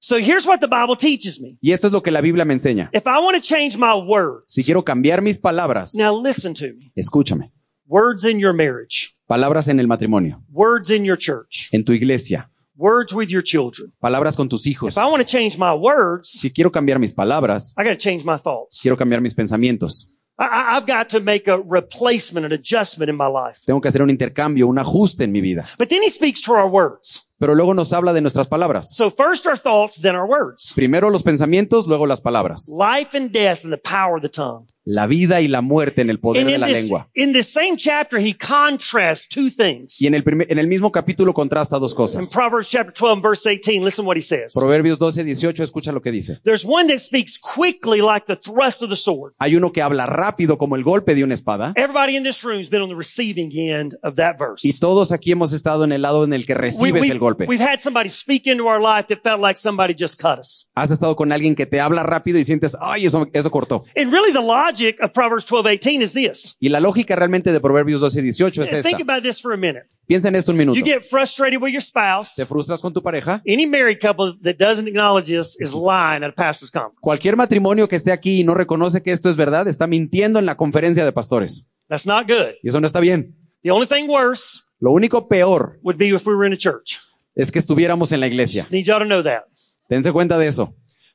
Speaker 1: So here's what the Bible teaches me.
Speaker 2: Y esto es lo que la Biblia me enseña.
Speaker 1: If I want to change my words,
Speaker 2: Si quiero cambiar mis palabras,
Speaker 1: now listen to me.
Speaker 2: escúchame.
Speaker 1: Words in your marriage,
Speaker 2: Palabras en el matrimonio,
Speaker 1: words in your church,
Speaker 2: en tu iglesia,
Speaker 1: words with your children.
Speaker 2: palabras con tus hijos.
Speaker 1: If I want to change my words,
Speaker 2: Si quiero cambiar mis palabras,
Speaker 1: I got to change my thoughts.
Speaker 2: quiero cambiar mis pensamientos.
Speaker 1: I, I, I've got to make a replacement, an adjustment in my life.
Speaker 2: Tengo que hacer un intercambio, un ajuste en mi vida.
Speaker 1: But then he speaks to our words.
Speaker 2: Pero luego nos habla de nuestras palabras.
Speaker 1: So first our thoughts, then our words.
Speaker 2: Primero los pensamientos, luego las palabras.
Speaker 1: Life and death and the power of the tongue.
Speaker 2: La vida y la muerte en el poder
Speaker 1: And
Speaker 2: de
Speaker 1: in
Speaker 2: la
Speaker 1: this,
Speaker 2: lengua.
Speaker 1: in this same chapter, he contrasts two things.
Speaker 2: Y en el, primer- en el mismo capítulo contrasta dos
Speaker 1: In
Speaker 2: cosas.
Speaker 1: Proverbs chapter 12, verse 18, listen what he says.
Speaker 2: Proverbios 12, 18, escucha lo que dice.
Speaker 1: There's one that speaks quickly like the thrust of the sword.
Speaker 2: Hay uno que habla rápido como el golpe de una espada.
Speaker 1: Everybody in this room's been on the receiving end of that verse.
Speaker 2: Y todos aquí hemos estado en el lado en el que recibes
Speaker 1: We,
Speaker 2: el
Speaker 1: have
Speaker 2: golpe.
Speaker 1: We've had somebody speak into our life that felt like somebody just cut us.
Speaker 2: Has estado con alguien que te habla rápido y sientes, ay, eso, eso cortó.
Speaker 1: And really the logic of Proverbs 12, 18 is this.
Speaker 2: Y la lógica realmente de Proverbios 12 y 18 es esta.
Speaker 1: Think about this for a minute.
Speaker 2: Piensa en esto un minuto.
Speaker 1: Eh, You get frustrated with your spouse.
Speaker 2: Te frustras con tu pareja.
Speaker 1: Any married couple that doesn't acknowledge this is lying at a pastor's conference.
Speaker 2: Cualquier matrimonio que esté aquí y no reconoce que esto es verdad está mintiendo en la conferencia de pastores.
Speaker 1: That's not good.
Speaker 2: Y eso no está bien.
Speaker 1: The only thing worse
Speaker 2: Lo único peor
Speaker 1: would be if we were in a church.
Speaker 2: es que estuviéramos en la iglesia.
Speaker 1: Need y'all to know that.
Speaker 2: Dense cuenta de eso.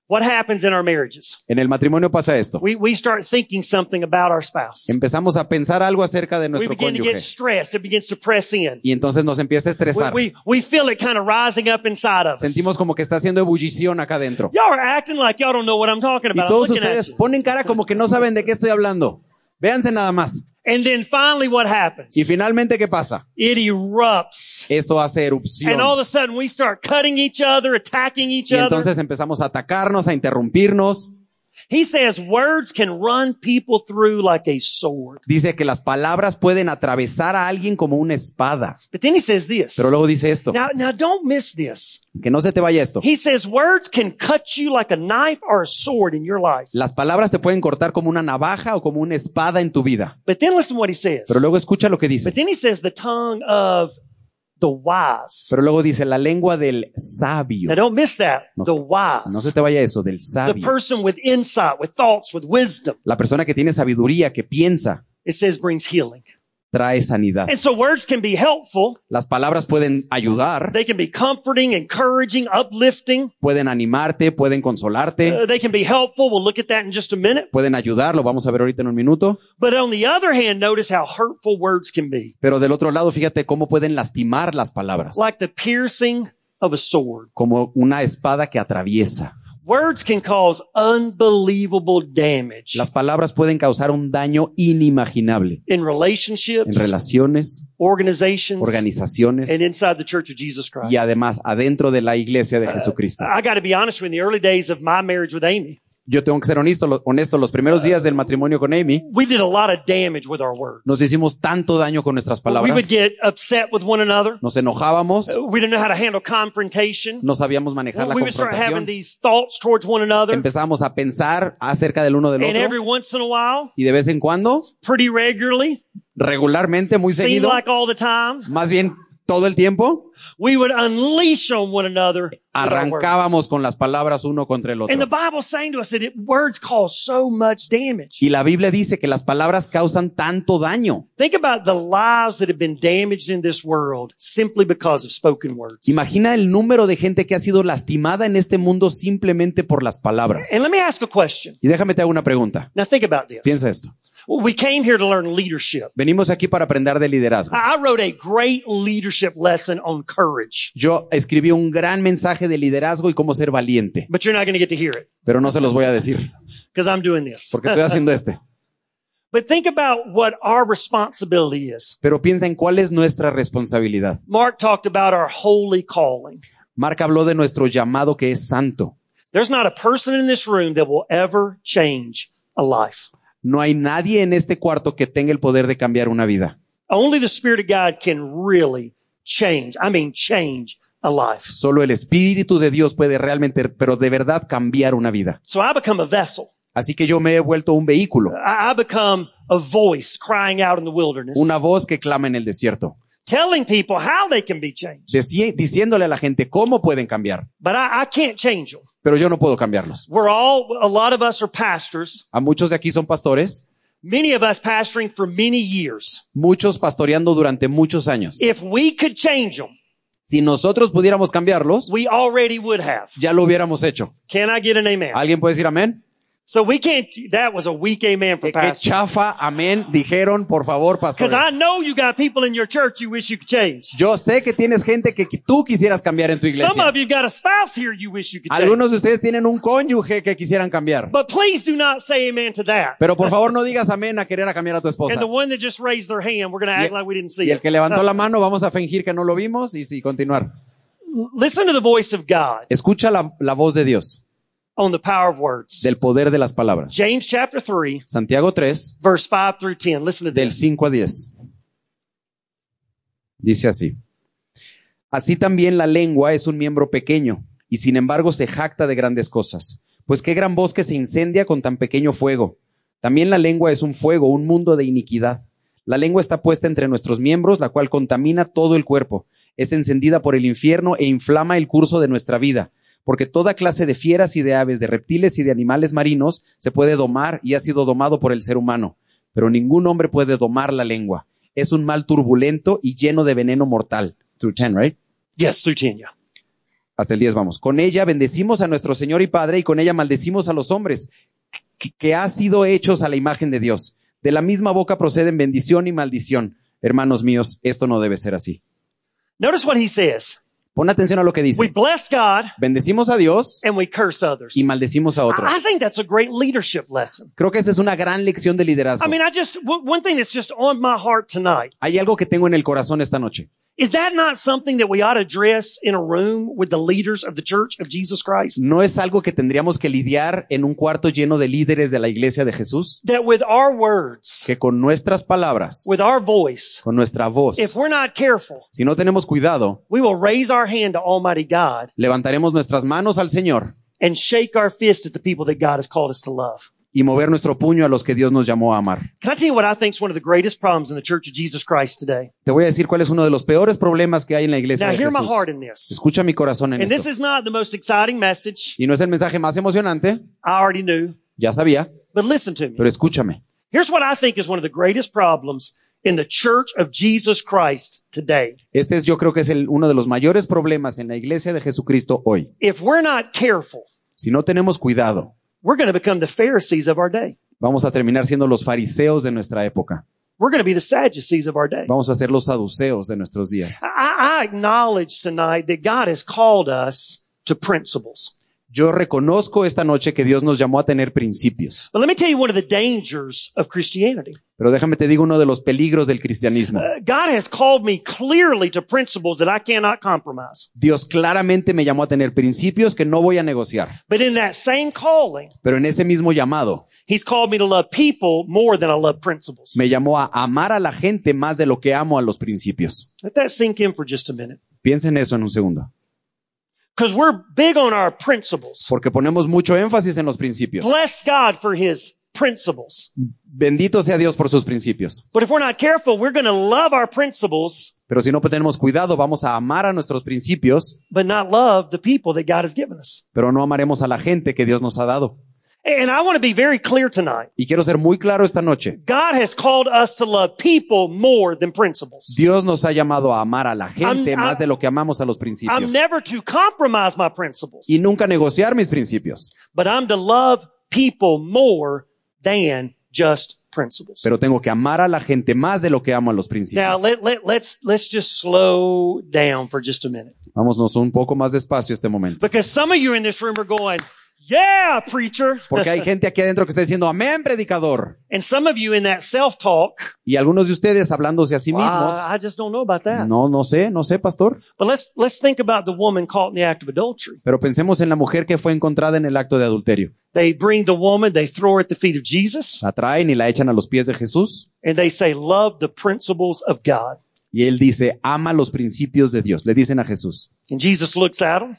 Speaker 1: What happens in our marriages?
Speaker 2: En el matrimonio pasa esto.
Speaker 1: We, we start thinking something about our spouse.
Speaker 2: Empezamos a pensar algo acerca de
Speaker 1: We
Speaker 2: nuestro
Speaker 1: begin to
Speaker 2: cónyuge
Speaker 1: get stressed. It begins to press in.
Speaker 2: y entonces nos empieza
Speaker 1: We,
Speaker 2: a estresar.
Speaker 1: we, we feel it kind of rising up inside of us.
Speaker 2: Sentimos como que está haciendo ebullición acá adentro.
Speaker 1: Y'all are acting like y'all don't know what I'm talking
Speaker 2: Y
Speaker 1: about. I'm
Speaker 2: todos
Speaker 1: looking at
Speaker 2: ustedes
Speaker 1: you.
Speaker 2: ponen cara como que no saben de qué estoy hablando. Véanse nada más.
Speaker 1: And then finally what happens?
Speaker 2: Y finalmente, ¿qué pasa?
Speaker 1: It erupts.
Speaker 2: Esto hace erupción.
Speaker 1: And all of a sudden we start cutting each other, attacking each
Speaker 2: Y
Speaker 1: other.
Speaker 2: entonces empezamos a atacarnos, a interrumpirnos.
Speaker 1: He says words can run people through like a sword.
Speaker 2: Dice que las palabras pueden atravesar a alguien como una espada.
Speaker 1: But then he says this.
Speaker 2: Pero luego dice esto,
Speaker 1: Now, now don't miss this.
Speaker 2: que no se te vaya esto.
Speaker 1: He says words can cut you like a knife or a sword in your life.
Speaker 2: Las palabras te pueden cortar como una navaja o como una espada en tu vida.
Speaker 1: But then listen to what he says.
Speaker 2: Pero luego escucha lo que
Speaker 1: But
Speaker 2: dice.
Speaker 1: then he says the tongue of the wise.
Speaker 2: Pero luego dice la lengua del sabio.
Speaker 1: Now don't miss that.
Speaker 2: No-
Speaker 1: The wise.
Speaker 2: No se te vaya eso, del
Speaker 1: the
Speaker 2: sabio.
Speaker 1: person with insight, with thoughts, with wisdom.
Speaker 2: La persona que tiene sabiduría, que piensa,
Speaker 1: It says brings healing.
Speaker 2: trae sanidad.
Speaker 1: And so words can be helpful.
Speaker 2: Las palabras pueden ayudar,
Speaker 1: They can be comforting, encouraging, uplifting.
Speaker 2: pueden animarte, pueden consolarte,
Speaker 1: Uh, they can be helpful. We'll look at that in just a minute.
Speaker 2: pueden ayudar, lo vamos a ver ahorita en un minuto.
Speaker 1: But on the other hand, notice how hurtful words can be.
Speaker 2: Pero del otro lado, fíjate cómo pueden lastimar las palabras,
Speaker 1: Like the piercing of a sword.
Speaker 2: como una espada que atraviesa.
Speaker 1: Words can cause unbelievable damage
Speaker 2: Las palabras pueden causar un daño inimaginable
Speaker 1: in
Speaker 2: en
Speaker 1: relationships,
Speaker 2: relaciones,
Speaker 1: organizations,
Speaker 2: organizaciones
Speaker 1: and inside the Church of Jesus Christ.
Speaker 2: y además adentro de la iglesia de Jesucristo.
Speaker 1: I got to be honest with you, in the early days of my marriage with Amy,
Speaker 2: Yo tengo que ser honesto, lo- honesto, los primeros días del matrimonio con Amy
Speaker 1: we did a lot of damage with our words.
Speaker 2: nos hicimos tanto daño con nuestras
Speaker 1: We would
Speaker 2: palabras,
Speaker 1: get upset with one another.
Speaker 2: nos enojábamos,
Speaker 1: We didn't know how to handle confrontation.
Speaker 2: no sabíamos manejar la
Speaker 1: We would start having
Speaker 2: confrontación,
Speaker 1: these thoughts towards one another.
Speaker 2: empezamos a pensar acerca del uno del
Speaker 1: And every
Speaker 2: otro
Speaker 1: once in a while,
Speaker 2: y de vez en cuando,
Speaker 1: pretty regularly,
Speaker 2: regularmente, muy
Speaker 1: seemed
Speaker 2: seguido,
Speaker 1: like all the time,
Speaker 2: más bien todo el tiempo,
Speaker 1: we would unleash on one another. with our words.
Speaker 2: arrancábamos con las palabras uno contra el
Speaker 1: And the
Speaker 2: otro.
Speaker 1: Bible's saying to us that it, words cause so much damage.
Speaker 2: Y la Biblia dice que las palabras causan tanto daño.
Speaker 1: Think about the lives that have been damaged in this world simply because of spoken words.
Speaker 2: Imagina el número de gente que ha sido lastimada en este mundo simplemente por las palabras.
Speaker 1: And let me ask a question.
Speaker 2: Y déjame te hago una pregunta.
Speaker 1: Now think about this.
Speaker 2: Piensa esto.
Speaker 1: We came here to learn leadership.
Speaker 2: Venimos aquí para aprender de liderazgo.
Speaker 1: I I wrote a great leadership lesson on courage,
Speaker 2: Yo escribí un gran mensaje de liderazgo y cómo ser valiente,
Speaker 1: but you're not going to get to hear it
Speaker 2: pero no se los voy a decir
Speaker 1: because I'm doing this.
Speaker 2: porque estoy haciendo este.
Speaker 1: But think about what our responsibility is.
Speaker 2: Pero piensa en cuál es nuestra responsabilidad.
Speaker 1: Mark talked about our holy calling.
Speaker 2: Mark habló de nuestro llamado que es santo.
Speaker 1: There's not a person in this room that will ever change a life.
Speaker 2: No hay nadie en este cuarto que tenga el poder de cambiar una vida.
Speaker 1: Only the Spirit of God can really change. I mean, change a life.
Speaker 2: Solo el Espíritu de Dios puede realmente, pero de verdad cambiar una vida.
Speaker 1: So I become a vessel.
Speaker 2: Así que yo me he vuelto un vehículo.
Speaker 1: I, I become a voice crying out in the wilderness,
Speaker 2: una voz que clama en el desierto,
Speaker 1: telling people how they can be changed.
Speaker 2: deci- diciéndole a la gente cómo pueden cambiar,
Speaker 1: But I, I can't change them.
Speaker 2: pero yo no puedo cambiarlos.
Speaker 1: We're all, a lot of us are pastors,
Speaker 2: A muchos de aquí son pastores,
Speaker 1: many of us pastoring for many years.
Speaker 2: muchos pastoreando durante muchos años.
Speaker 1: If we could change them,
Speaker 2: Si nosotros pudiéramos cambiarlos,
Speaker 1: we already would have.
Speaker 2: ya lo hubiéramos hecho.
Speaker 1: Can I get an amen?
Speaker 2: ¿Alguien puede decir amén?
Speaker 1: So we can't, that was a weak amen for
Speaker 2: Eh, Qué
Speaker 1: pastors.
Speaker 2: chafa, amén, dijeron, por favor,
Speaker 1: Cause
Speaker 2: pastores.
Speaker 1: I know you got people in your church you wish you could change.
Speaker 2: Yo sé que tienes gente que qui- tú quisieras cambiar en tu
Speaker 1: Some
Speaker 2: iglesia.
Speaker 1: of you got a spouse here you wish you could change.
Speaker 2: Algunos de ustedes tienen un cónyuge que quisieran cambiar.
Speaker 1: But please do not say amen to that.
Speaker 2: Pero por favor no digas amén a querer a cambiar a tu
Speaker 1: And
Speaker 2: esposa.
Speaker 1: the one that just raised their hand, we're going to
Speaker 2: Y-
Speaker 1: act like we didn't see
Speaker 2: Y el
Speaker 1: it. Uh,
Speaker 2: que levantó la mano, vamos a fingir que no lo vimos y sí, continuar.
Speaker 1: Listen to the voice of God
Speaker 2: Escucha la, la voz de Dios,
Speaker 1: on the power of words.
Speaker 2: del poder de las palabras.
Speaker 1: James chapter 3,
Speaker 2: Santiago 3,
Speaker 1: verse 5 through 10. Listen to
Speaker 2: del
Speaker 1: this.
Speaker 2: 5 a 10. Dice así. Así también la lengua es un miembro pequeño y sin embargo se jacta de grandes cosas. Pues qué gran bosque se incendia con tan pequeño fuego. También la lengua es un fuego, un mundo de iniquidad. La lengua está puesta entre nuestros miembros, la cual contamina todo el cuerpo. Es encendida por el infierno e inflama el curso de nuestra vida, porque toda clase de fieras y de aves, de reptiles y de animales marinos se puede domar y ha sido domado por el ser humano. Pero ningún hombre puede domar la lengua. Es un mal turbulento y lleno de veneno mortal. Through 10, right?
Speaker 1: Yes, through 10, yeah.
Speaker 2: Hasta el 10 vamos. Con ella bendecimos a nuestro Señor y Padre y con ella maldecimos a los hombres que, que ha sido hechos a la imagen de Dios. De la misma boca proceden bendición y maldición. Hermanos míos, esto no debe ser así.
Speaker 1: Notice what he says.
Speaker 2: Pon atención a lo que
Speaker 1: We
Speaker 2: dice.
Speaker 1: bless God
Speaker 2: Bendecimos a Dios
Speaker 1: and we curse others.
Speaker 2: y maldecimos a otros.
Speaker 1: I I think that's a great leadership lesson.
Speaker 2: Creo que esa es una gran lección de liderazgo.
Speaker 1: I mean, I just, w- one thing that's just on my heart tonight
Speaker 2: Hay algo que tengo en el corazón esta noche.
Speaker 1: is that not something that we ought to address in a room with the leaders of the church of Jesus Christ?
Speaker 2: ¿No es algo que tendríamos que lidiar en un cuarto lleno de líderes de la iglesia de Jesús?
Speaker 1: That with our words,
Speaker 2: Que con nuestras palabras,
Speaker 1: with our voice,
Speaker 2: con nuestra voz,
Speaker 1: if we're not careful,
Speaker 2: si no tenemos cuidado,
Speaker 1: we will raise our hand to Almighty God
Speaker 2: levantaremos nuestras manos al Señor
Speaker 1: and shake our fist at the people that God has called us to love.
Speaker 2: y mover nuestro puño a los que Dios nos llamó a amar.
Speaker 1: Can I tell you what I think is one of the greatest problems in the church of Jesus Christ today?
Speaker 2: Te voy a decir cuál es uno de los peores problemas que hay en la iglesia
Speaker 1: Now
Speaker 2: de
Speaker 1: hear my
Speaker 2: Jesús.
Speaker 1: heart in this.
Speaker 2: Escucha mi corazón en
Speaker 1: And this
Speaker 2: esto.
Speaker 1: is not the most exciting message.
Speaker 2: Y no es el mensaje más emocionante,
Speaker 1: I already knew,
Speaker 2: ya sabía,
Speaker 1: but listen to me.
Speaker 2: pero escúchame.
Speaker 1: Here's what I think is one of the greatest problems in the church of Jesus Christ today.
Speaker 2: Este es, yo creo que es el- uno de los mayores problemas en la iglesia de Jesucristo hoy.
Speaker 1: If we're not careful,
Speaker 2: Si no tenemos cuidado,
Speaker 1: we're going to become the Pharisees of our day.
Speaker 2: vamos a terminar siendo los fariseos de nuestra época.
Speaker 1: We're going to be the Sadducees of our day.
Speaker 2: Vamos a ser los saduceos de nuestros días.
Speaker 1: I, I acknowledge tonight that God has called us to principles.
Speaker 2: Yo reconozco esta noche que Dios nos llamó a tener principios,
Speaker 1: But let me tell you one of the dangers of Christianity.
Speaker 2: pero déjame te digo uno de los peligros del cristianismo.
Speaker 1: Uh, God has called me clearly to principles that I cannot compromise.
Speaker 2: Dios claramente me llamó a tener principios que no voy a negociar,
Speaker 1: But in that same calling,
Speaker 2: pero en ese mismo llamado
Speaker 1: He's called me to love people more than I love principles.
Speaker 2: me llamó a amar a la gente más de lo que amo a los principios.
Speaker 1: Let that sink in for just a minute.
Speaker 2: Piensa en eso en un segundo,
Speaker 1: Because we're big on our principles.
Speaker 2: porque ponemos mucho énfasis en los principios.
Speaker 1: Bless God for His principles.
Speaker 2: Bendito sea Dios por sus principios,
Speaker 1: But if we're not careful, we're going to love our principles,
Speaker 2: pero si no tenemos cuidado vamos a amar a nuestros principios,
Speaker 1: but not love the people that God has given us.
Speaker 2: pero no amaremos a la gente que Dios nos ha dado.
Speaker 1: And I want to be very clear tonight.
Speaker 2: Y quiero ser muy claro esta noche.
Speaker 1: God has called us to love people more than principles.
Speaker 2: Dios nos ha llamado a amar a la gente
Speaker 1: I'm-
Speaker 2: más
Speaker 1: I-
Speaker 2: de lo que amamos a los
Speaker 1: I'm
Speaker 2: principios
Speaker 1: never to compromise my principles,
Speaker 2: y nunca negociar mis principios,
Speaker 1: but I'm to love people more than just principles.
Speaker 2: pero tengo que amar a la gente más de lo que amo a los
Speaker 1: Now
Speaker 2: principios.
Speaker 1: let, let, let's, let's just slow down for just a minute.
Speaker 2: Vámonos un poco más despacio este momento,
Speaker 1: Because some of you in this room are going, yeah, preacher.
Speaker 2: porque hay gente aquí adentro que está diciendo amén predicador
Speaker 1: And some of you in that self-talk,
Speaker 2: y algunos de ustedes hablándose a sí mismos.
Speaker 1: "Well, I, I just don't know about that.
Speaker 2: No, no sé, no sé, pastor,
Speaker 1: But let's, let's think about the woman caught in the act of adultery.
Speaker 2: pero pensemos en la mujer que fue encontrada en el acto de adulterio.
Speaker 1: They bring the woman, they throw her at the feet of Jesus
Speaker 2: La traen y la echan a los pies de Jesús
Speaker 1: and they say, love the principles of God.
Speaker 2: y él dice, ama los principios de Dios. Le dicen a Jesús
Speaker 1: And Jesus looks at them.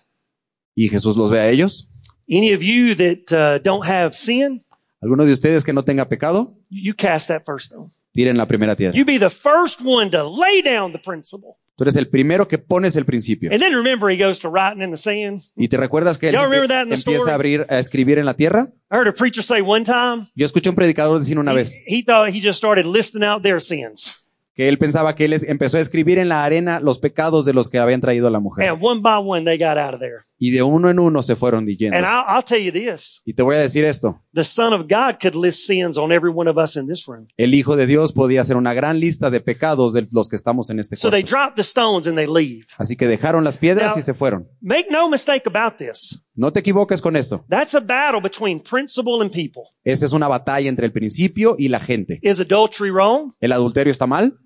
Speaker 2: y Jesús los ve a ellos.
Speaker 1: Any of you that uh, don't have sin,
Speaker 2: Alguno de ustedes que no tenga pecado,
Speaker 1: you cast that first stone.
Speaker 2: tiren la primera piedra.
Speaker 1: You be the first one to lay down the principle.
Speaker 2: Tú eres el primero que pones el principio.
Speaker 1: And then remember, he goes to writing in the sand.
Speaker 2: ¿Y te recuerdas que él
Speaker 1: Y'all remember that in the story?
Speaker 2: empieza a abrir, a escribir en la tierra?
Speaker 1: I heard a preacher say one time,
Speaker 2: Yo escuché a un predicador decir una
Speaker 1: he,
Speaker 2: vez
Speaker 1: he thought he just started listing out their sins.
Speaker 2: que él pensaba que él es- empezó a escribir en la arena los pecados de los que habían traído a la mujer.
Speaker 1: And one by one, they got out of there.
Speaker 2: Y de uno en uno se fueron
Speaker 1: And
Speaker 2: diciendo.
Speaker 1: I'll, I'll tell you this.
Speaker 2: Y te voy a decir esto.
Speaker 1: The Son of God could list sins on every one of us in this room.
Speaker 2: El Hijo de Dios podía hacer una gran lista de pecados de los que estamos en este
Speaker 1: So they
Speaker 2: cuerpo.
Speaker 1: drop the stones and they leave.
Speaker 2: Así que dejaron las piedras y se fueron.
Speaker 1: Make no mistake about this.
Speaker 2: No te equivoques con esto.
Speaker 1: That's a battle between principle and people.
Speaker 2: Esa es una batalla entre el principio y la gente.
Speaker 1: Is adultery wrong?
Speaker 2: ¿El adulterio está mal?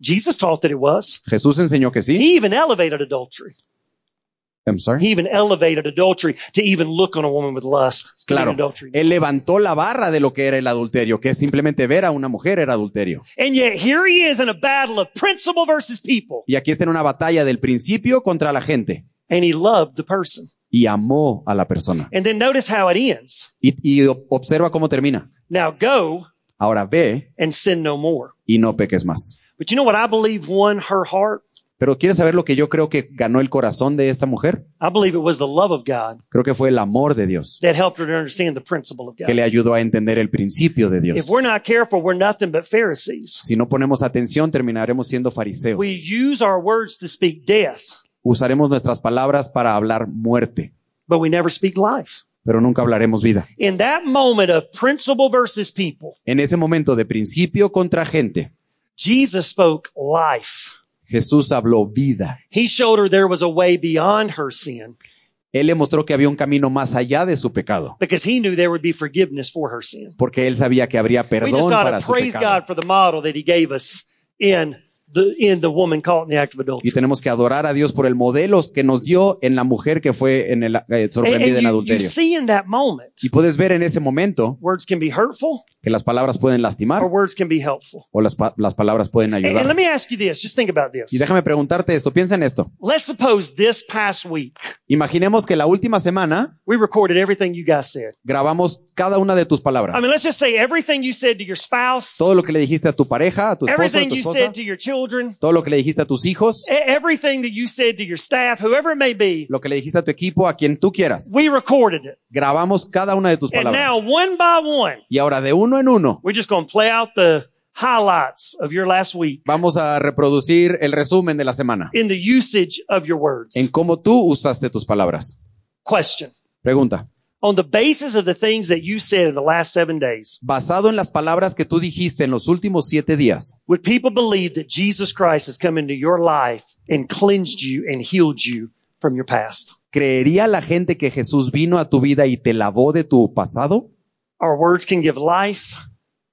Speaker 1: Jesus taught that it was.
Speaker 2: Jesús enseñó que sí.
Speaker 1: He even elevated adultery.
Speaker 2: I'm sorry.
Speaker 1: He even elevated adultery to even look on a woman with lust. It's committing
Speaker 2: Claro,
Speaker 1: adultery.
Speaker 2: él levantó la barra de lo que era el adulterio, que simplemente ver a una mujer era adulterio.
Speaker 1: And yet here he is in a battle of principle versus people.
Speaker 2: Y aquí está en una batalla del principio contra la gente.
Speaker 1: And he loved the person.
Speaker 2: Y amó a la persona.
Speaker 1: And then notice how it ends.
Speaker 2: Y, y o- observa cómo termina.
Speaker 1: Now go
Speaker 2: Ahora ve
Speaker 1: and sin no more.
Speaker 2: y no peques más.
Speaker 1: But you know what I believe won her heart?
Speaker 2: Pero ¿quieres saber lo que yo creo que ganó el corazón de esta mujer?
Speaker 1: I believe it was the love of God
Speaker 2: Creo que fue el amor de Dios
Speaker 1: that helped her to understand the principle of
Speaker 2: que
Speaker 1: God.
Speaker 2: le ayudó a entender el principio de
Speaker 1: If
Speaker 2: Dios.
Speaker 1: we're not careful, we're nothing but Pharisees.
Speaker 2: Si no ponemos atención, terminaremos siendo fariseos.
Speaker 1: We use our words to speak death,
Speaker 2: Usaremos nuestras palabras para hablar muerte,
Speaker 1: but we never speak life.
Speaker 2: pero nunca hablaremos vida.
Speaker 1: In that moment of principle versus people,
Speaker 2: En ese momento de principio contra gente,
Speaker 1: Jesus spoke life.
Speaker 2: Jesús habló vida.
Speaker 1: He showed her there was a way beyond her sin
Speaker 2: Él le mostró que había un camino más allá de su pecado,
Speaker 1: because he knew there would be forgiveness for her sin.
Speaker 2: porque él sabía que habría
Speaker 1: we just
Speaker 2: perdón
Speaker 1: ought
Speaker 2: para
Speaker 1: to
Speaker 2: su
Speaker 1: praise
Speaker 2: pecado.
Speaker 1: God for the model that He gave us in the in the woman caught in the act of adultery.
Speaker 2: Y tenemos que adorar a Dios por el modelo que nos dio en la mujer que fue en el, eh,
Speaker 1: And, and
Speaker 2: sorprendida en
Speaker 1: you, you
Speaker 2: adulterio.
Speaker 1: see in that moment,
Speaker 2: Y puedes ver en ese momento
Speaker 1: words can be hurtful
Speaker 2: que las palabras pueden lastimar
Speaker 1: or words can be helpful.
Speaker 2: o las, pa- las palabras pueden
Speaker 1: And, and
Speaker 2: ayudar.
Speaker 1: Oh, let me ask you this: just think about this.
Speaker 2: Y déjame preguntarte esto, piensa en esto.
Speaker 1: Let's suppose this past week
Speaker 2: Imaginemos que la última semana
Speaker 1: we recorded everything you guys said.
Speaker 2: grabamos cada una de tus palabras.
Speaker 1: I mean, let's just say everything you said to your spouse,
Speaker 2: Todo lo que le dijiste a tu pareja, a tu esposo, a
Speaker 1: everything
Speaker 2: tu
Speaker 1: you
Speaker 2: esposa,
Speaker 1: said to your children,
Speaker 2: todo lo que le dijiste a tus hijos,
Speaker 1: e- everything that you said to your staff, whoever it may be.
Speaker 2: lo que le dijiste a tu equipo, a quien tú quieras.
Speaker 1: We recorded it,
Speaker 2: Grabamos cada una de tus
Speaker 1: and now
Speaker 2: palabras.
Speaker 1: one by one,
Speaker 2: Y ahora de uno en uno
Speaker 1: we're just going to play out the highlights of your last week.
Speaker 2: vamos a reproducir el resumen de la semana
Speaker 1: in the usage of your words.
Speaker 2: en cómo tú usaste tus palabras.
Speaker 1: Question.
Speaker 2: Pregunta.
Speaker 1: On the basis of the things that you said in the last seven days,
Speaker 2: Basado en las palabras que tú dijiste en los últimos siete días,
Speaker 1: would people believe that Jesus Christ has come into your life and cleansed you and healed you from your past?
Speaker 2: ¿creería la gente que Jesús vino a tu vida y te lavó de tu pasado?
Speaker 1: Our words can give life,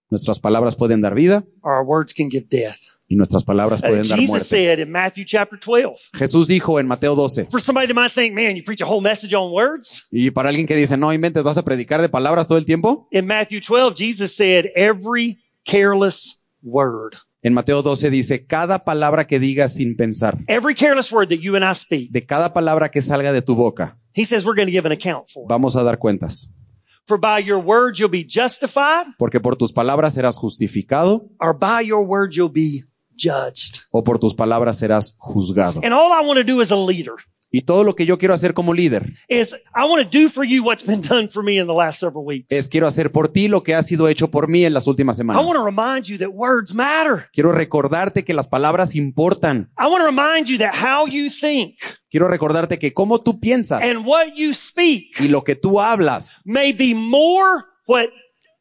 Speaker 2: Nuestras palabras pueden dar vida
Speaker 1: or our words can give death.
Speaker 2: y nuestras palabras
Speaker 1: Uh,
Speaker 2: pueden dar
Speaker 1: Jesus
Speaker 2: muerte.
Speaker 1: said in Matthew chapter 12,
Speaker 2: Jesús dijo en Mateo 12,
Speaker 1: for somebody that might think, man, you preach a whole message on words.
Speaker 2: y para alguien que dice, no inventes, vas a predicar de palabras todo el tiempo.
Speaker 1: In Matthew 12, Jesus said, every careless word,
Speaker 2: En Mateo 12 dice, cada palabra que digas sin pensar,
Speaker 1: every careless word that you and I speak,
Speaker 2: de cada palabra que salga de tu boca,
Speaker 1: he says we're going to give an account for. it.
Speaker 2: vamos a dar cuentas.
Speaker 1: For by your words you'll be justified,
Speaker 2: Porque por tus palabras serás justificado
Speaker 1: or by your words you'll be judged.
Speaker 2: o por tus palabras serás juzgado.
Speaker 1: And all I want to do as a leader
Speaker 2: Y todo lo que yo quiero hacer como líder
Speaker 1: is I want to do for you what's been [laughs] done for me in the last several weeks.
Speaker 2: es quiero hacer por ti lo que ha sido hecho por mí en las últimas
Speaker 1: I
Speaker 2: semanas.
Speaker 1: want to remind you that words matter.
Speaker 2: Quiero recordarte que las palabras importan.
Speaker 1: I want to remind you that how you think
Speaker 2: Quiero recordarte que cómo tú piensas
Speaker 1: and what you speak
Speaker 2: y lo que tú hablas
Speaker 1: may be more what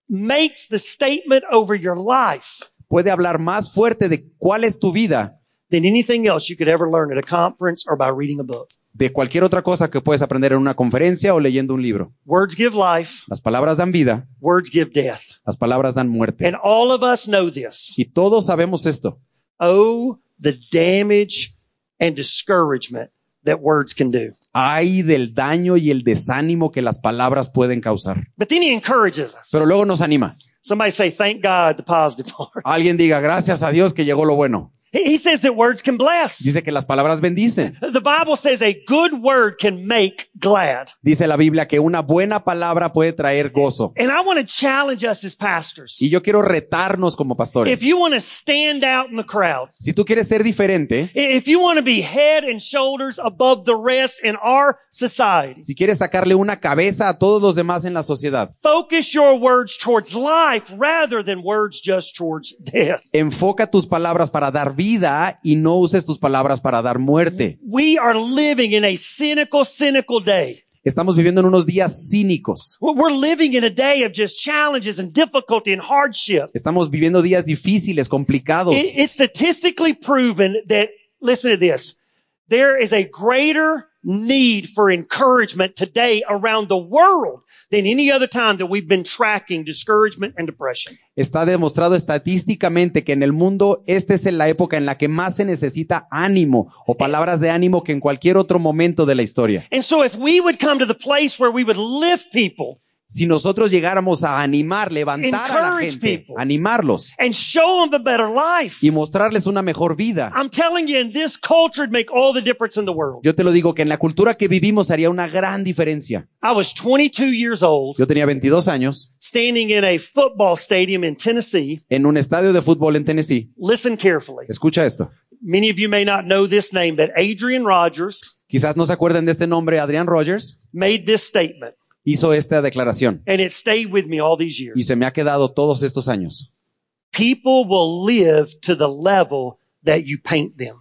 Speaker 1: makes the statement over your life
Speaker 2: puede hablar más fuerte de cuál es tu vida
Speaker 1: than anything else you could ever learn at a conference or by reading a book.
Speaker 2: de cualquier otra cosa que puedes aprender en una conferencia o leyendo un libro.
Speaker 1: Words give life,
Speaker 2: Las palabras dan vida,
Speaker 1: words give death.
Speaker 2: las palabras dan muerte.
Speaker 1: And all of us know this.
Speaker 2: Y todos sabemos esto.
Speaker 1: Oh, the damage and discouragement that words can do.
Speaker 2: Hay del daño y el desánimo que las palabras pueden causar.
Speaker 1: But then he encourages us.
Speaker 2: Pero luego nos anima.
Speaker 1: Somebody say, thank God, the positive [laughs] part.
Speaker 2: Alguien diga, gracias a Dios que llegó lo bueno.
Speaker 1: He he says that words can bless.
Speaker 2: Dice que las palabras bendicen.
Speaker 1: The Bible says a good word can make glad.
Speaker 2: Dice la Biblia que una buena palabra puede traer gozo.
Speaker 1: And I want to challenge us as pastors.
Speaker 2: Y yo quiero retarnos como
Speaker 1: If
Speaker 2: pastores.
Speaker 1: you want to stand out in the crowd,
Speaker 2: Si tú quieres ser diferente,
Speaker 1: i- if you want to be head and shoulders above the rest in our society,
Speaker 2: si quieres sacarle una cabeza a todos los demás en la sociedad,
Speaker 1: focus your words towards life rather than words just towards death.
Speaker 2: enfoca tus palabras para dar vida y no uses tus palabras para dar muerte.
Speaker 1: We are living in a cynical, cynical day.
Speaker 2: Estamos viviendo en unos días cínicos.
Speaker 1: We're we're living in a day of just challenges and difficulty and hardship.
Speaker 2: Estamos viviendo días difíciles, complicados.
Speaker 1: It- it's statistically proven that, listen to this, there is a greater need for encouragement today around the world than any other time that we've been tracking discouragement and depression.
Speaker 2: Está demostrado estadísticamente que en el mundo esta es la época en la que más se necesita ánimo o palabras de ánimo que en cualquier otro momento de la historia.
Speaker 1: And so if we would come to the place where we would lift people
Speaker 2: Si nosotros llegáramos a animar, levantar a la
Speaker 1: Encourage
Speaker 2: gente,
Speaker 1: people.
Speaker 2: animarlos
Speaker 1: and show them a better life,
Speaker 2: y mostrarles una mejor vida,
Speaker 1: I'm telling you, in this culture, it'd make all the difference in the world.
Speaker 2: yo te lo digo que en la cultura que vivimos haría una gran diferencia.
Speaker 1: I was 22 years old,
Speaker 2: Yo tenía 22 años
Speaker 1: standing in a football stadium in Tennessee.
Speaker 2: en un estadio de fútbol en Tennessee.
Speaker 1: Listen carefully.
Speaker 2: Escucha esto.
Speaker 1: Many of you may not know this name, but Adrian Rogers
Speaker 2: Quizás no se acuerden de este nombre, Adrián Rogers
Speaker 1: made this statement,
Speaker 2: hizo esta declaración
Speaker 1: and it stayed with me all these
Speaker 2: y
Speaker 1: years.
Speaker 2: se me ha quedado todos estos años.
Speaker 1: People will live to the level that you paint them.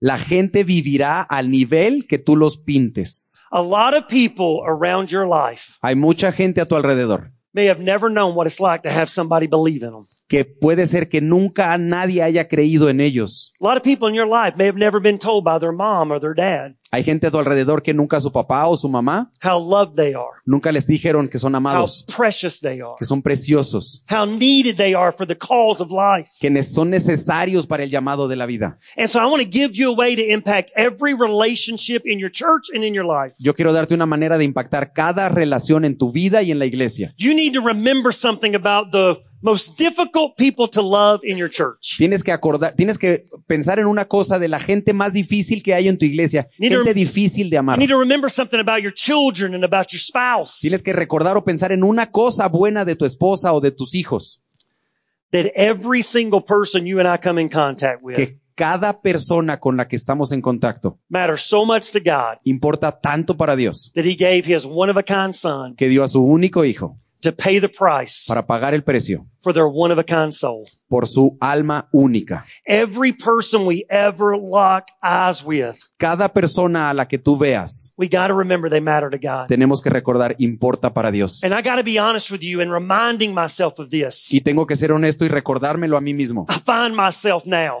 Speaker 2: La gente vivirá al nivel que tú los pintes.
Speaker 1: A lot of people around your life
Speaker 2: Hay mucha gente a tu alrededor
Speaker 1: may have never known what it's like to have somebody believe in them.
Speaker 2: que puede ser que nunca nadie haya creído en ellos.
Speaker 1: A lot of people in your life may have never been told by their mom or their dad
Speaker 2: Hay gente a tu alrededor que nunca su papá o su mamá
Speaker 1: how loved they are,
Speaker 2: nunca les dijeron que son
Speaker 1: how
Speaker 2: amados,
Speaker 1: precious they are,
Speaker 2: que son preciosos,
Speaker 1: how needed they are for the cause of life.
Speaker 2: que ne- son necesarios para el llamado de la vida.
Speaker 1: And so I want to give you a way to impact every relationship in your church and in your life.
Speaker 2: Yo quiero darte una manera de impactar cada relación en tu vida y en la iglesia.
Speaker 1: You need to remember something about the most difficult people to love in your church.
Speaker 2: Tienes que acordar, tienes que pensar en una cosa de la gente más difícil que hay en tu iglesia,
Speaker 1: Need to-
Speaker 2: gente difícil de
Speaker 1: You
Speaker 2: amar.
Speaker 1: need to remember something about your children and about your spouse
Speaker 2: Tienes que recordar o pensar en una cosa buena de tu esposa o de tus hijos,
Speaker 1: that every single person you and I come in contact with
Speaker 2: que cada persona con la que estamos en contacto
Speaker 1: matters so much to God
Speaker 2: importa tanto para Dios
Speaker 1: that he gave his one of a kind son
Speaker 2: que dio a su único hijo
Speaker 1: to pay the price
Speaker 2: para pagar el precio
Speaker 1: for their one of a kind soul.
Speaker 2: por su alma única.
Speaker 1: Every person we ever lock eyes with,
Speaker 2: Cada persona a la que tú veas,
Speaker 1: we got to remember they matter to God.
Speaker 2: tenemos que recordar, importa para Dios.
Speaker 1: And I got to be honest with you and reminding myself of this.
Speaker 2: Y tengo que ser honesto y recordármelo a mí mismo.
Speaker 1: I find myself now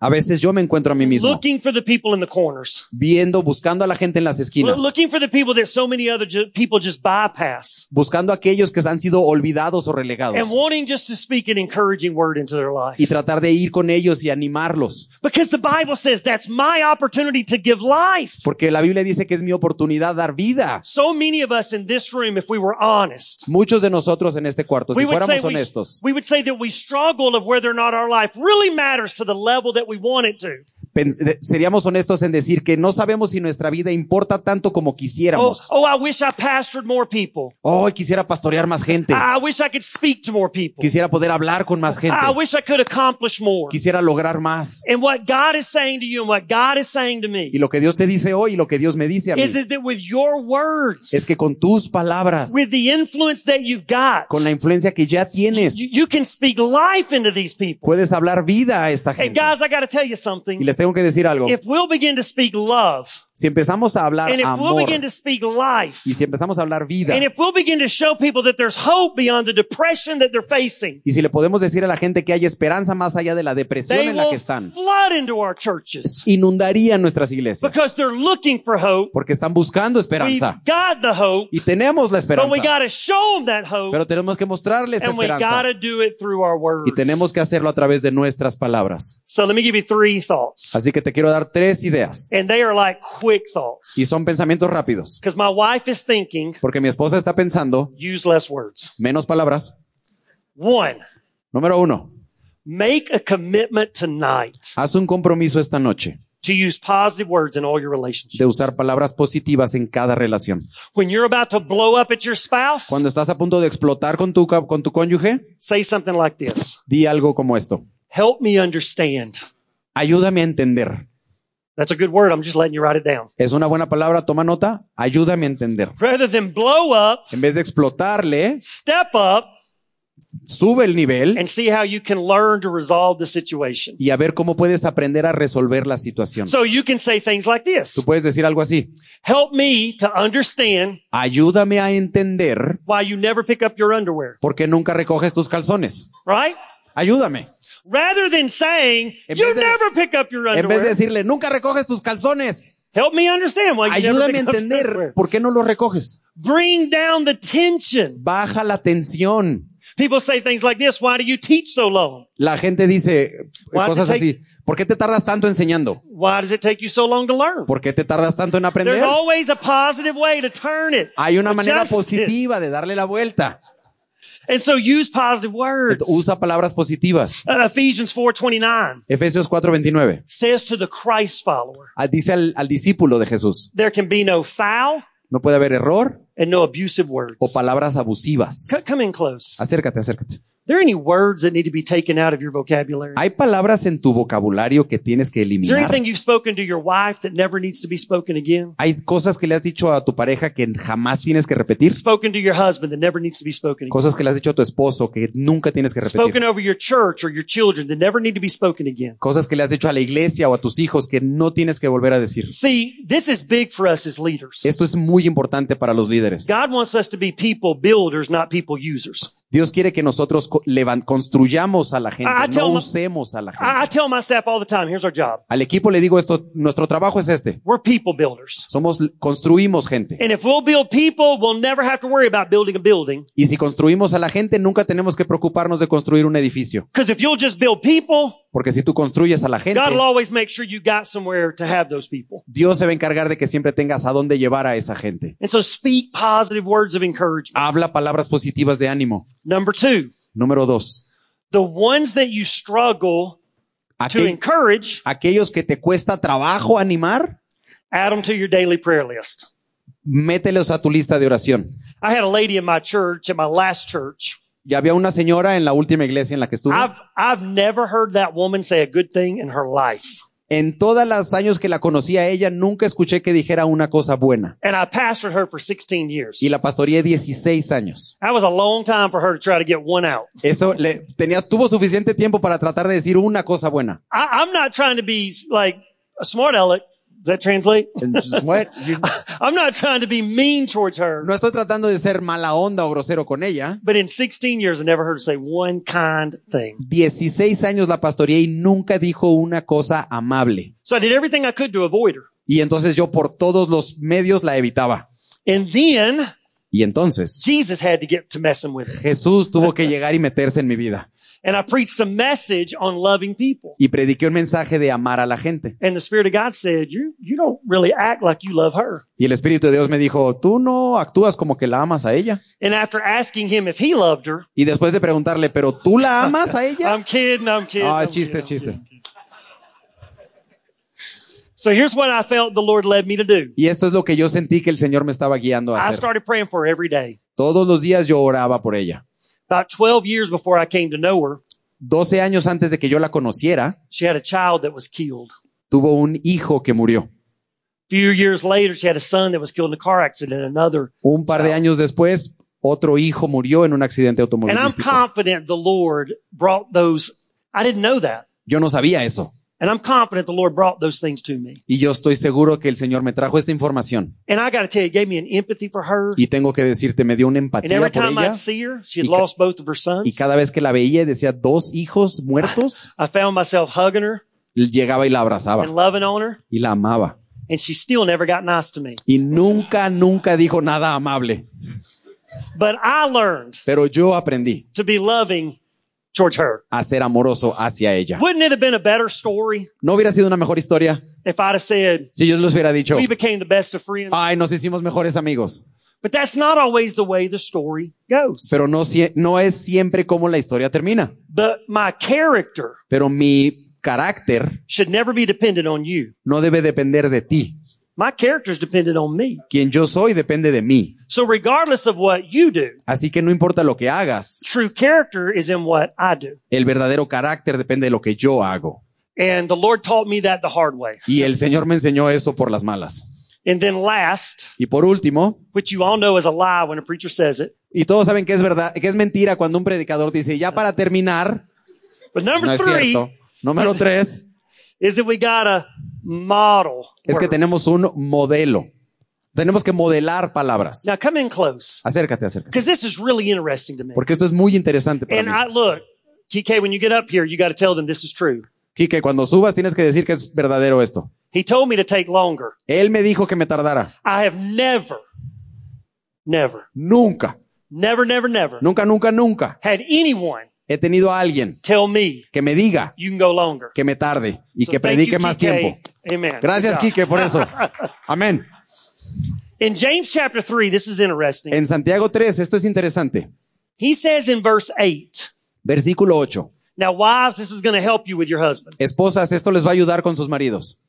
Speaker 2: A veces yo me encuentro a mí mismo
Speaker 1: looking for the people in the corners,
Speaker 2: viendo, buscando a la gente en las
Speaker 1: lo-
Speaker 2: esquinas,
Speaker 1: looking for the people that so many other ju- people just bypass
Speaker 2: buscando a aquellos que han sido olvidados o
Speaker 1: and
Speaker 2: relegados
Speaker 1: wanting just to speak an encouraging word into their life.
Speaker 2: y tratar de ir con ellos y animarlos.
Speaker 1: Because the Bible says that's my opportunity to give life.
Speaker 2: Porque la Biblia dice que es mi oportunidad dar vida.
Speaker 1: So many of us in this room, if we were honest,
Speaker 2: Muchos de nosotros en este cuarto, si
Speaker 1: we would, say
Speaker 2: fuéramos
Speaker 1: we,
Speaker 2: honestos,
Speaker 1: we would say that we struggled of whether or not our life really matters to the level that we want it to.
Speaker 2: pens- de- seríamos honestos en decir que no sabemos si nuestra vida importa tanto como
Speaker 1: Oh,
Speaker 2: quisiéramos.
Speaker 1: oh, I wish I pastored more people.
Speaker 2: Oh, quisiera pastorear más gente.
Speaker 1: I I wish I could speak to more people.
Speaker 2: Quisiera poder hablar con más gente.
Speaker 1: I wish I could accomplish more.
Speaker 2: Quisiera lograr más.
Speaker 1: And what God is saying to you and what God is saying to
Speaker 2: Y
Speaker 1: me
Speaker 2: lo que Dios te dice hoy y lo que Dios me dice a mí
Speaker 1: is that that with your words,
Speaker 2: es que con tus palabras,
Speaker 1: with the influence that you've got,
Speaker 2: con la influencia que ya
Speaker 1: you,
Speaker 2: tienes,
Speaker 1: you can speak life into these people.
Speaker 2: puedes hablar vida a esta
Speaker 1: And
Speaker 2: gente.
Speaker 1: guys, I got to tell you
Speaker 2: Y
Speaker 1: something.
Speaker 2: les tengo que decir algo.
Speaker 1: If we'll begin to speak love,
Speaker 2: Si empezamos a hablar
Speaker 1: and if we'll
Speaker 2: amor
Speaker 1: begin to speak life,
Speaker 2: y si empezamos a hablar vida
Speaker 1: and if we'll begin to show people that there's hope beyond the depression that they're facing,
Speaker 2: y si le podemos decir a la gente que hay esperanza más allá de la depresión
Speaker 1: they
Speaker 2: en la
Speaker 1: will
Speaker 2: que están,
Speaker 1: flood into our churches
Speaker 2: inundarían nuestras iglesias
Speaker 1: because they're looking for hope.
Speaker 2: porque están buscando
Speaker 1: We've
Speaker 2: esperanza
Speaker 1: got the hope,
Speaker 2: y tenemos la
Speaker 1: but we
Speaker 2: esperanza,
Speaker 1: got to show them that hope.
Speaker 2: pero tenemos que mostrarles esa
Speaker 1: And we
Speaker 2: esperanza
Speaker 1: gotta do it through our words.
Speaker 2: y tenemos que hacerlo a través de nuestras palabras.
Speaker 1: So let me give you three thoughts.
Speaker 2: Así que te quiero dar tres ideas
Speaker 1: And they are like quick thoughts.
Speaker 2: y son pensamientos rápidos.
Speaker 1: Because my wife is thinking,
Speaker 2: Porque mi esposa está pensando
Speaker 1: use less words.
Speaker 2: menos palabras.
Speaker 1: One,
Speaker 2: Número uno,
Speaker 1: make a commitment tonight
Speaker 2: haz un compromiso esta noche
Speaker 1: to use positive words in all your relationships.
Speaker 2: de usar palabras positivas en cada relación.
Speaker 1: When you're about to blow up at your spouse,
Speaker 2: Cuando estás a punto de explotar con tu, ca- con tu cónyuge,
Speaker 1: say something like this.
Speaker 2: di algo como esto.
Speaker 1: Help me understand.
Speaker 2: Ayúdame a entender.
Speaker 1: That's a good word. I'm just letting you write it down.
Speaker 2: Es una buena palabra, toma nota. Ayúdame a entender.
Speaker 1: Rather than blow up,
Speaker 2: En vez de explotarle,
Speaker 1: step up
Speaker 2: sube el nivel
Speaker 1: and see how you can learn to resolve the situation.
Speaker 2: y a ver cómo puedes aprender a resolver la situación.
Speaker 1: So you can say things like this.
Speaker 2: Tú puedes decir algo así.
Speaker 1: Help me to understand
Speaker 2: Ayúdame a entender
Speaker 1: why you never pick up your underwear,
Speaker 2: por qué nunca recoges tus calzones.
Speaker 1: right? Ayúdame. Rather than saying,
Speaker 2: En
Speaker 1: you
Speaker 2: vez de-
Speaker 1: never pick up your
Speaker 2: En vez
Speaker 1: underwear,
Speaker 2: de decirle, nunca recoges tus calzones.
Speaker 1: Help me understand why you never
Speaker 2: Ayúdame a
Speaker 1: pick up
Speaker 2: entender
Speaker 1: Tupperware.
Speaker 2: por qué no lo recoges.
Speaker 1: Bring down the tension.
Speaker 2: Baja la tensión.
Speaker 1: People say things like this. Why do you teach so long?
Speaker 2: La gente dice eh,
Speaker 1: Why does it
Speaker 2: cosas
Speaker 1: take-
Speaker 2: así. ¿Por qué te tardas tanto enseñando?
Speaker 1: Why does it take you so long to learn?
Speaker 2: ¿Por qué te tardas tanto en
Speaker 1: There's
Speaker 2: aprender?
Speaker 1: always a positive way to turn it.
Speaker 2: Hay una manera
Speaker 1: Adjust it.
Speaker 2: positiva de darle la vuelta.
Speaker 1: And so use positive words.
Speaker 2: Usa palabras positivas.
Speaker 1: Uh, Ephesians 4:29
Speaker 2: Efesios 4:29.
Speaker 1: says to the Christ follower,
Speaker 2: Ah, Dice al, al discípulo de Jesús,
Speaker 1: there can be no foul
Speaker 2: no puede haber error
Speaker 1: and no abusive words.
Speaker 2: o palabras abusivas.
Speaker 1: C- Come in close. Are
Speaker 2: Acércate, acércate.
Speaker 1: there any words that need to be taken out of your vocabulary?
Speaker 2: Hay palabras en tu vocabulario que tienes que
Speaker 1: Is there
Speaker 2: eliminar.
Speaker 1: anything you've spoken to your wife that never needs to be spoken again?
Speaker 2: Hay cosas que le has dicho a tu pareja que jamás tienes que repetir.
Speaker 1: Spoken to your husband that never needs to be spoken again?
Speaker 2: Cosas que le has dicho a tu esposo que nunca tienes que
Speaker 1: Spoken
Speaker 2: repetir.
Speaker 1: over your church or your children that never need to be spoken again?
Speaker 2: Cosas que le has dicho a la iglesia o a tus hijos que no tienes que volver a decir.
Speaker 1: See, this is big for us as leaders.
Speaker 2: Esto es muy importante para los líderes.
Speaker 1: God wants us to be people builders, not people users.
Speaker 2: Dios quiere que nosotros co- levan- construyamos a la
Speaker 1: Ah,
Speaker 2: gente,
Speaker 1: tell Ah,
Speaker 2: no
Speaker 1: my-
Speaker 2: usemos a la gente.
Speaker 1: I, I tell my staff all the time, here's our job.
Speaker 2: Al equipo le digo esto, nuestro trabajo es este.
Speaker 1: We're people builders.
Speaker 2: Somos, construimos gente.
Speaker 1: And if we'll build people, we'll never have to worry about building a building.
Speaker 2: Y si construimos a la gente, nunca tenemos que preocuparnos de construir un edificio.
Speaker 1: Because if you'll just build people,
Speaker 2: Porque si tú construyes a la gente,
Speaker 1: God will always make sure you got somewhere to have those people.
Speaker 2: Dios se va a encargar de que siempre tengas a dónde llevar a esa gente.
Speaker 1: And so speak positive words of encouragement.
Speaker 2: Habla palabras positivas de ánimo.
Speaker 1: Number two,
Speaker 2: Número dos.
Speaker 1: the ones that you struggle to
Speaker 2: aquel-
Speaker 1: encourage,
Speaker 2: aquellos que te cuesta trabajo animar,
Speaker 1: add them to your daily prayer list.
Speaker 2: mételos a tu lista de oración.
Speaker 1: I had a lady in my church, at my last church.
Speaker 2: Y había una señora en la última iglesia en la que estuve.
Speaker 1: I've, I've never heard that woman say a good thing in her life.
Speaker 2: En todos los años que la conocí a ella, nunca escuché que dijera una cosa buena.
Speaker 1: And I pastored her for 16 years.
Speaker 2: Y la pastoreé 16 años.
Speaker 1: That was a long time for her to try to get one out.
Speaker 2: Eso le tenía, tuvo suficiente tiempo para tratar de decir una cosa buena.
Speaker 1: I, I'm not trying to be like a smart aleck. Does that translate? [laughs]
Speaker 2: Entonces, [laughs] bueno, yo
Speaker 1: I'm not trying to be mean towards her.
Speaker 2: no estoy tratando de ser mala onda o grosero con ella.
Speaker 1: But in 16 years, I never heard her say one kind thing.
Speaker 2: 16 años la pastoreé y nunca dijo una cosa amable.
Speaker 1: So I did everything I could to avoid her.
Speaker 2: Y entonces yo por todos los medios la evitaba.
Speaker 1: And then
Speaker 2: Y entonces
Speaker 1: Jesus had to get to messing with it.
Speaker 2: Jesús tuvo que llegar y meterse en mi vida.
Speaker 1: And I preached a message on loving people.
Speaker 2: Y prediqué un mensaje de amar a la gente.
Speaker 1: And the Spirit of God said, you, you don't really act like you love her.
Speaker 2: Y el Espíritu de Dios me dijo, tú no actúas como que la amas a ella.
Speaker 1: And after asking him if he loved her,
Speaker 2: Y después de preguntarle, pero tú la amas a
Speaker 1: [laughs]
Speaker 2: ella.
Speaker 1: I'm kidding, I'm kidding.
Speaker 2: Ah,
Speaker 1: I'm
Speaker 2: es chiste,
Speaker 1: kidding,
Speaker 2: es
Speaker 1: I'm
Speaker 2: chiste.
Speaker 1: kidding. So here's what I felt the Lord led me to do.
Speaker 2: Y esto es lo que yo sentí que el Señor me estaba guiando a
Speaker 1: I
Speaker 2: hacer.
Speaker 1: started praying for her every day.
Speaker 2: Todos los días yo oraba por ella.
Speaker 1: About 12 years before I came to know her,
Speaker 2: 12 años antes de que yo la conociera,
Speaker 1: she had a child that was killed.
Speaker 2: tuvo un hijo que murió.
Speaker 1: A few years later, she had a son that was killed in a car accident, another.
Speaker 2: Un par de años después, otro hijo murió en un accidente
Speaker 1: And I'm
Speaker 2: automovilístico.
Speaker 1: confident the Lord brought those. I didn't know that.
Speaker 2: Yo no sabía eso.
Speaker 1: And I'm confident the Lord brought those things to me.
Speaker 2: Y yo estoy seguro que el Señor me trajo esta información.
Speaker 1: And I got to tell you, it gave me an empathy for her.
Speaker 2: Y tengo que decirte, me dio una
Speaker 1: And
Speaker 2: empatía
Speaker 1: every
Speaker 2: por
Speaker 1: time
Speaker 2: ella.
Speaker 1: I'd see her, she had
Speaker 2: Y ca-
Speaker 1: lost both of her
Speaker 2: Y
Speaker 1: sons.
Speaker 2: cada vez que la veía y decía, dos hijos muertos,
Speaker 1: I found myself hugging her
Speaker 2: llegaba y la abrazaba.
Speaker 1: and loving on her.
Speaker 2: Y la amaba.
Speaker 1: And she still never got nice to me.
Speaker 2: Y nunca, nunca dijo nada amable.
Speaker 1: But I learned
Speaker 2: Pero yo aprendí
Speaker 1: to be loving towards her.
Speaker 2: a ser amoroso hacia ella.
Speaker 1: Wouldn't it have been a better story
Speaker 2: ¿No hubiera sido una mejor historia
Speaker 1: if I'd have said,
Speaker 2: si yo les hubiera dicho,
Speaker 1: we became the best of friends?
Speaker 2: ay, nos hicimos mejores amigos?
Speaker 1: But that's not always the way the story goes.
Speaker 2: Pero no, sie- no es siempre como la historia termina.
Speaker 1: But my character
Speaker 2: Pero mi carácter
Speaker 1: should never be dependent on you.
Speaker 2: no debe depender de ti.
Speaker 1: My character is dependent on me.
Speaker 2: Quien yo soy depende de mí.
Speaker 1: So regardless of what you do,
Speaker 2: Así que no importa lo que hagas,
Speaker 1: true character is in what I do.
Speaker 2: el verdadero carácter depende de lo que yo hago.
Speaker 1: And the Lord taught me that the hard way.
Speaker 2: Y el Señor me enseñó eso por las malas.
Speaker 1: And then last,
Speaker 2: Y por último,
Speaker 1: which you all know is a lie when a preacher says it,
Speaker 2: y todos saben que es verdad, que es mentira cuando un predicador dice, ya para terminar,
Speaker 1: but number
Speaker 2: no es
Speaker 1: three
Speaker 2: cierto. Número tres,
Speaker 1: is that we gotta model.
Speaker 2: es que
Speaker 1: words.
Speaker 2: tenemos un modelo. Tenemos que modelar palabras.
Speaker 1: Now come in close
Speaker 2: Acércate, acércate.
Speaker 1: because this is really interesting to me.
Speaker 2: Porque esto es muy interesante para
Speaker 1: And
Speaker 2: mí.
Speaker 1: I look, TK, when you get up here, you got to tell them this is true.
Speaker 2: Quique, cuando subas tienes que decir que es verdadero esto.
Speaker 1: He told me to take longer.
Speaker 2: Él me dijo que me tardara.
Speaker 1: I have never, never,
Speaker 2: Nunca,
Speaker 1: never, never, never
Speaker 2: nunca, nunca, nunca
Speaker 1: had anyone
Speaker 2: he tenido a alguien
Speaker 1: tell me
Speaker 2: que me diga
Speaker 1: you can go longer.
Speaker 2: que me tarde y
Speaker 1: So
Speaker 2: que
Speaker 1: thank
Speaker 2: predique
Speaker 1: you,
Speaker 2: más
Speaker 1: TK.
Speaker 2: tiempo.
Speaker 1: Amen.
Speaker 2: Gracias,
Speaker 1: Good job.
Speaker 2: Quique,
Speaker 1: [laughs]
Speaker 2: por eso. Amén.
Speaker 1: In James chapter 3, this is interesting.
Speaker 2: En Santiago 3, esto es interesante.
Speaker 1: he says in verse 8,
Speaker 2: Versículo 8.
Speaker 1: now wives, this is going to help you with your husband.
Speaker 2: Esposas, esto les va a ayudar con sus maridos.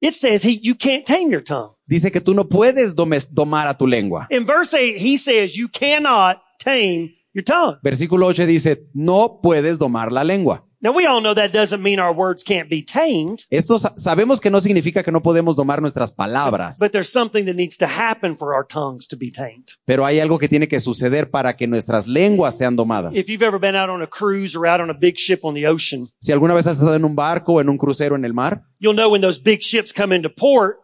Speaker 1: It says he, you can't tame your tongue.
Speaker 2: Dice que tú no puedes domes- domar a tu lengua.
Speaker 1: In verse 8, he says you cannot tame your tongue.
Speaker 2: Versículo 8 dice, no puedes domar la lengua.
Speaker 1: Now we all know that doesn't mean our words can't be tamed,
Speaker 2: Esto sa- sabemos que no significa que no podemos domar nuestras palabras,
Speaker 1: but there's something that needs to happen for our tongues to be tamed.
Speaker 2: pero hay algo que tiene que suceder para que nuestras lenguas sean domadas.
Speaker 1: If you've ever been out on a cruise or out on a big ship on the ocean,
Speaker 2: Si alguna vez has estado en un barco o en un crucero en el mar,
Speaker 1: you'll know when those big ships come into port,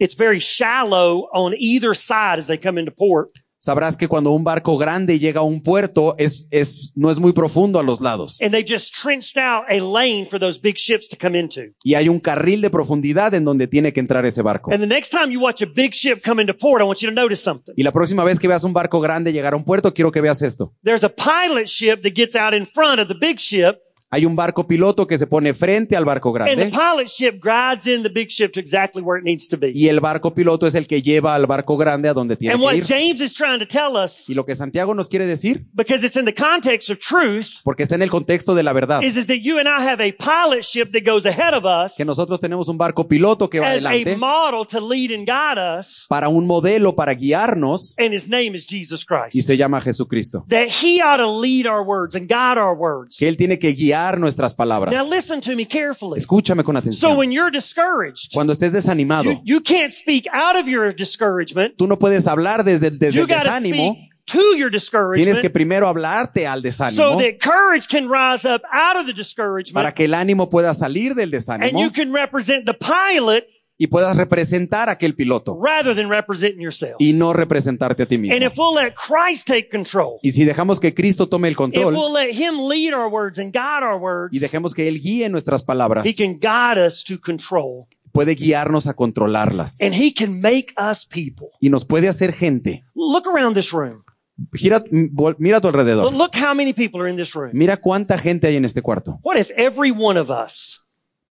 Speaker 1: it's very shallow on either side as they come into port.
Speaker 2: sabrás que cuando un barco grande llega a un puerto es, es, no es muy profundo a los lados
Speaker 1: And they've just trenched out a lane for those big ships to come into.
Speaker 2: y hay un carril de profundidad en donde tiene que entrar ese barco.
Speaker 1: And the next time you watch a big ship come into port, I want you to notice something.
Speaker 2: Y la próxima vez que veas un barco grande llegar a un puerto, quiero que veas esto.
Speaker 1: There's a pilot ship that gets out in front of the big ship,
Speaker 2: Hay un barco piloto que se pone frente al barco
Speaker 1: and the
Speaker 2: grande
Speaker 1: pilot ship guides in the big ship to exactly where it needs to be.
Speaker 2: y el barco piloto es el que lleva al barco grande a donde tiene
Speaker 1: And
Speaker 2: que
Speaker 1: what
Speaker 2: ir.
Speaker 1: James is trying to tell us,
Speaker 2: Y lo que Santiago nos quiere decir,
Speaker 1: because it's in the context of truth,
Speaker 2: porque está en el contexto de la verdad,
Speaker 1: is, is that you and I have a pilot ship that goes ahead of us
Speaker 2: que nosotros tenemos un barco piloto que va
Speaker 1: as a
Speaker 2: adelante
Speaker 1: model to lead and guide us,
Speaker 2: para un modelo para guiarnos
Speaker 1: and his name is Jesus
Speaker 2: y
Speaker 1: Christ.
Speaker 2: se llama Jesucristo.
Speaker 1: That he ought to lead our words and guide our words.
Speaker 2: Que él tiene que guiar nuestras palabras.
Speaker 1: Now listen to me carefully.
Speaker 2: Escúchame con
Speaker 1: So
Speaker 2: atención.
Speaker 1: when you're discouraged,
Speaker 2: Cuando estés
Speaker 1: you,
Speaker 2: desanimado,
Speaker 1: you can't speak out of your discouragement.
Speaker 2: tú no puedes hablar desde, el- desde
Speaker 1: You
Speaker 2: el
Speaker 1: got to
Speaker 2: desánimo.
Speaker 1: speak to your
Speaker 2: Tienes que
Speaker 1: discouragement
Speaker 2: primero hablarte al
Speaker 1: so
Speaker 2: desánimo
Speaker 1: that courage can rise up out of the discouragement
Speaker 2: para que el ánimo pueda salir del
Speaker 1: and you
Speaker 2: desánimo
Speaker 1: can represent the pilot
Speaker 2: y puedas representar a aquel piloto
Speaker 1: rather than representing yourself.
Speaker 2: y no representarte a ti
Speaker 1: And
Speaker 2: mismo.
Speaker 1: if we'll let Christ take control,
Speaker 2: Y si dejamos que Cristo tome el
Speaker 1: if
Speaker 2: control
Speaker 1: we'll let him lead our words and guide our
Speaker 2: y
Speaker 1: words,
Speaker 2: dejemos que Él guíe nuestras palabras,
Speaker 1: he can guide us to control
Speaker 2: puede guiarnos a controlarlas
Speaker 1: and he can make us people.
Speaker 2: y nos puede hacer gente.
Speaker 1: Look around this room.
Speaker 2: Gira, m- vol- mira a tu alrededor.
Speaker 1: Look how many people are in this room.
Speaker 2: Mira cuánta gente hay en este cuarto.
Speaker 1: What if every one of us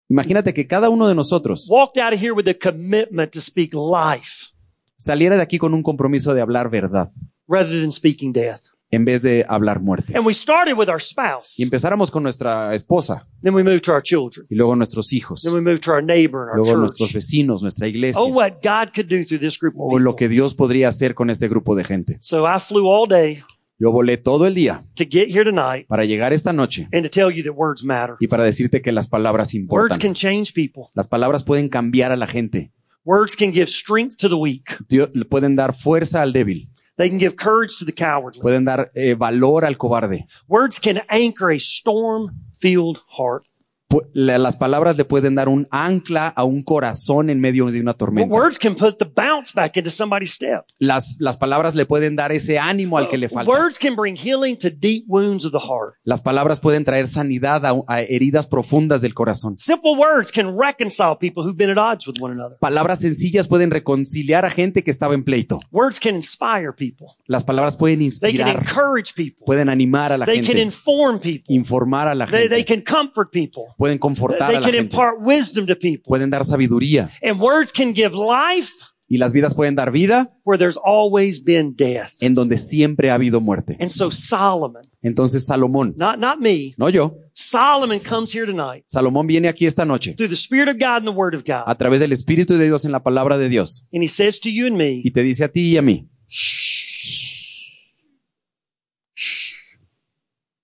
Speaker 2: Imagínate que cada uno de nosotros
Speaker 1: walked out of here with a commitment to speak life
Speaker 2: saliera de aquí con un compromiso de hablar verdad
Speaker 1: rather than speaking death.
Speaker 2: en vez de hablar muerte.
Speaker 1: And we started with our spouse,
Speaker 2: Y empezáramos con nuestra esposa
Speaker 1: then we moved to our children,
Speaker 2: y luego nuestros hijos,
Speaker 1: then we moved to our neighbor and
Speaker 2: luego
Speaker 1: our
Speaker 2: nuestros
Speaker 1: church.
Speaker 2: vecinos, nuestra iglesia
Speaker 1: Oh, what God could do through this group of
Speaker 2: o lo
Speaker 1: people.
Speaker 2: que Dios podría hacer con este grupo de gente.
Speaker 1: So I flew all day
Speaker 2: Yo volé todo el día
Speaker 1: to get here tonight
Speaker 2: para llegar esta noche
Speaker 1: and to tell you that words matter.
Speaker 2: y para decirte que las palabras
Speaker 1: Words
Speaker 2: importan.
Speaker 1: can change people.
Speaker 2: Las palabras pueden cambiar a la gente,
Speaker 1: Words can give strength to the weak.
Speaker 2: Dios- le pueden dar fuerza al débil,
Speaker 1: They can give courage to the cowardly.
Speaker 2: pueden dar eh, valor al cobarde.
Speaker 1: Words can anchor a storm-filled heart.
Speaker 2: Pu- la- las palabras le pueden dar un ancla a un corazón en medio de una tormenta.
Speaker 1: Words can put the bounce back into somebody's step.
Speaker 2: Las, las palabras le pueden dar ese ánimo al que
Speaker 1: Uh,
Speaker 2: le falta.
Speaker 1: Words can bring healing to deep wounds of the heart.
Speaker 2: Las palabras pueden traer sanidad a, a heridas profundas del corazón.
Speaker 1: Simple words can reconcile people who've been at odds with one another.
Speaker 2: Palabras sencillas pueden reconciliar a gente que estaba en pleito.
Speaker 1: Words can inspire people.
Speaker 2: Las palabras pueden
Speaker 1: They can
Speaker 2: inspirar,
Speaker 1: encourage people.
Speaker 2: pueden animar a la
Speaker 1: They can
Speaker 2: gente,
Speaker 1: inform people.
Speaker 2: informar a la
Speaker 1: They, they
Speaker 2: gente,
Speaker 1: can comfort people.
Speaker 2: pueden
Speaker 1: They
Speaker 2: confortar a la
Speaker 1: can
Speaker 2: gente,
Speaker 1: impart wisdom to people.
Speaker 2: pueden dar sabiduría
Speaker 1: And words can give life
Speaker 2: y las vidas pueden dar vida
Speaker 1: where there's always been death.
Speaker 2: en donde siempre ha habido muerte.
Speaker 1: And so Solomon,
Speaker 2: Entonces Salomón,
Speaker 1: not, not me,
Speaker 2: no yo,
Speaker 1: Solomon comes here tonight
Speaker 2: Salomón viene aquí esta noche
Speaker 1: through the Spirit of God and the Word of God.
Speaker 2: a través del Espíritu de Dios en la palabra de Dios
Speaker 1: And he says to you and me,
Speaker 2: y te dice a ti y a mí,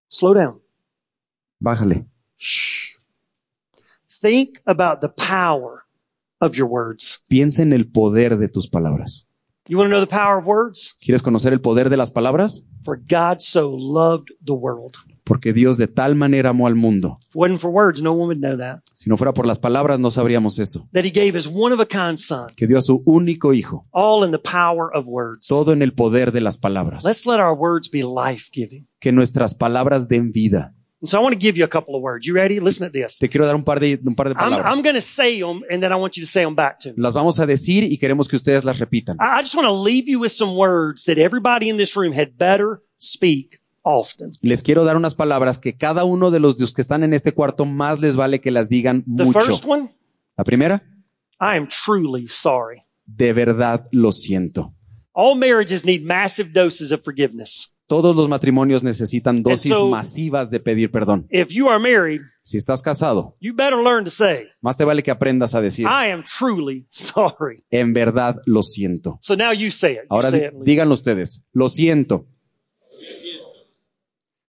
Speaker 1: slow down.
Speaker 2: bájale,
Speaker 1: Think about the power of your words.
Speaker 2: piensa en el poder de tus palabras.
Speaker 1: You want to know the power of words?
Speaker 2: ¿Quieres conocer el poder de las palabras?
Speaker 1: For God so loved the world.
Speaker 2: Porque Dios de tal manera amó al mundo.
Speaker 1: If it wasn't for words, no one would know that.
Speaker 2: Si no fuera por las palabras no sabríamos eso.
Speaker 1: That he gave his one of a kind son,
Speaker 2: Que dio a su único hijo,
Speaker 1: all in the power of words.
Speaker 2: todo en el poder de las palabras.
Speaker 1: Let's let our words be life giving.
Speaker 2: Que nuestras palabras den vida.
Speaker 1: And so I want to give you a couple of words. You ready? Listen at this.
Speaker 2: Te quiero dar un par de, un par de
Speaker 1: I'm,
Speaker 2: palabras.
Speaker 1: I'm going to say them and then I want you to say them back to me.
Speaker 2: Las vamos a decir y queremos que ustedes las repitan.
Speaker 1: I, I just want to leave you with some words that everybody in this room had better speak often.
Speaker 2: Les quiero dar unas palabras que cada uno de los de los que están en este cuarto más les vale que las digan
Speaker 1: The first
Speaker 2: mucho.
Speaker 1: one,
Speaker 2: La primera,
Speaker 1: I am truly sorry.
Speaker 2: de verdad lo siento.
Speaker 1: All marriages need massive doses of forgiveness.
Speaker 2: Todos los matrimonios necesitan dosis
Speaker 1: so-
Speaker 2: masivas de pedir perdón.
Speaker 1: If you are married,
Speaker 2: Si estás casado,
Speaker 1: you better learn to say,
Speaker 2: más te vale que aprendas a decir,
Speaker 1: I am truly [laughs] sorry.
Speaker 2: en verdad lo siento.
Speaker 1: So now you say it. You
Speaker 2: Ahora
Speaker 1: say
Speaker 2: di-
Speaker 1: it, Lee.
Speaker 2: díganlo ustedes, lo siento.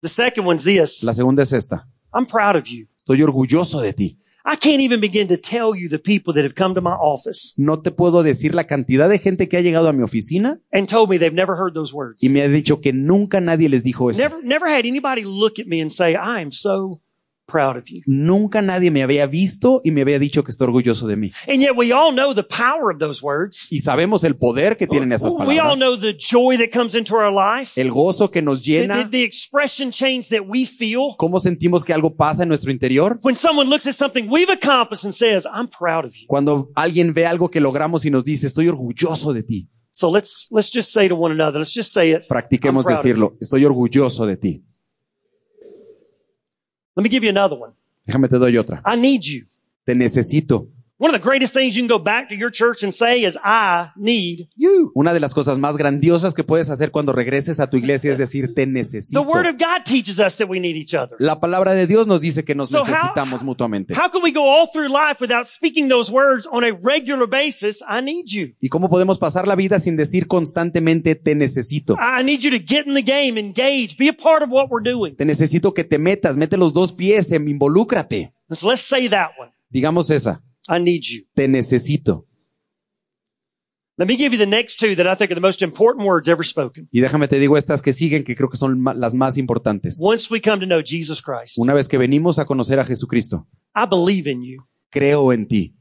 Speaker 1: The second one's this.
Speaker 2: La segunda es esta,
Speaker 1: I'm proud of you.
Speaker 2: estoy orgulloso de ti.
Speaker 1: I can't even begin to tell you the people that have come to my office
Speaker 2: No te puedo decir la cantidad de gente que ha llegado a mi oficina
Speaker 1: and told me they've never heard those words.
Speaker 2: y me ha dicho que nunca nadie les dijo eso.
Speaker 1: Never, never had anybody look at me and say, I am so proud of you.
Speaker 2: Nunca nadie me había visto y me había dicho que estoy orgulloso de mí.
Speaker 1: And yet we all know the power of those words.
Speaker 2: Y sabemos el poder que tienen esas
Speaker 1: Oh, We all
Speaker 2: palabras.
Speaker 1: know the joy that comes into our life, the,
Speaker 2: El gozo que nos
Speaker 1: the-
Speaker 2: llena,
Speaker 1: the expression change that we feel.
Speaker 2: cómo sentimos que algo pasa en nuestro interior.
Speaker 1: When someone looks at something we've accomplished and says, I'm proud of you.
Speaker 2: Cuando alguien ve algo que logramos y nos dice, estoy orgulloso de ti.
Speaker 1: So let's, let's just say to one another, let's just say it.
Speaker 2: Practiquemos
Speaker 1: I'm proud of
Speaker 2: decirlo, estoy orgulloso de ti.
Speaker 1: Let me give you another one.
Speaker 2: Déjame te doy otra.
Speaker 1: I need you.
Speaker 2: Te necesito.
Speaker 1: One of the greatest things you can go back to your church and say is, I need you.
Speaker 2: Una de las cosas más grandiosas que puedes hacer cuando regreses a tu iglesia es decir, te
Speaker 1: The
Speaker 2: necesito.
Speaker 1: word of God teaches us that we need each other.
Speaker 2: La palabra de Dios nos dice que nos
Speaker 1: So how-
Speaker 2: necesitamos mutuamente.
Speaker 1: How can we go all through life without speaking those words on a regular basis? I need you.
Speaker 2: ¿Y cómo podemos pasar la vida sin decir constantemente te necesito?
Speaker 1: I I need you to get in the game, engage, be a part of what we're doing.
Speaker 2: Te necesito que te metas, mete los dos pies, em, involúcrate.
Speaker 1: And So let's say that one.
Speaker 2: Digamos esa,
Speaker 1: I need you.
Speaker 2: te necesito.
Speaker 1: Let me give you the next two that I think are the most important words ever spoken.
Speaker 2: Y déjame te digo estas que siguen, que creo que son ma- las más importantes.
Speaker 1: Once we come to know Jesus Christ,
Speaker 2: Una vez que venimos a conocer a Jesucristo,
Speaker 1: I believe in you.
Speaker 2: creo en ti.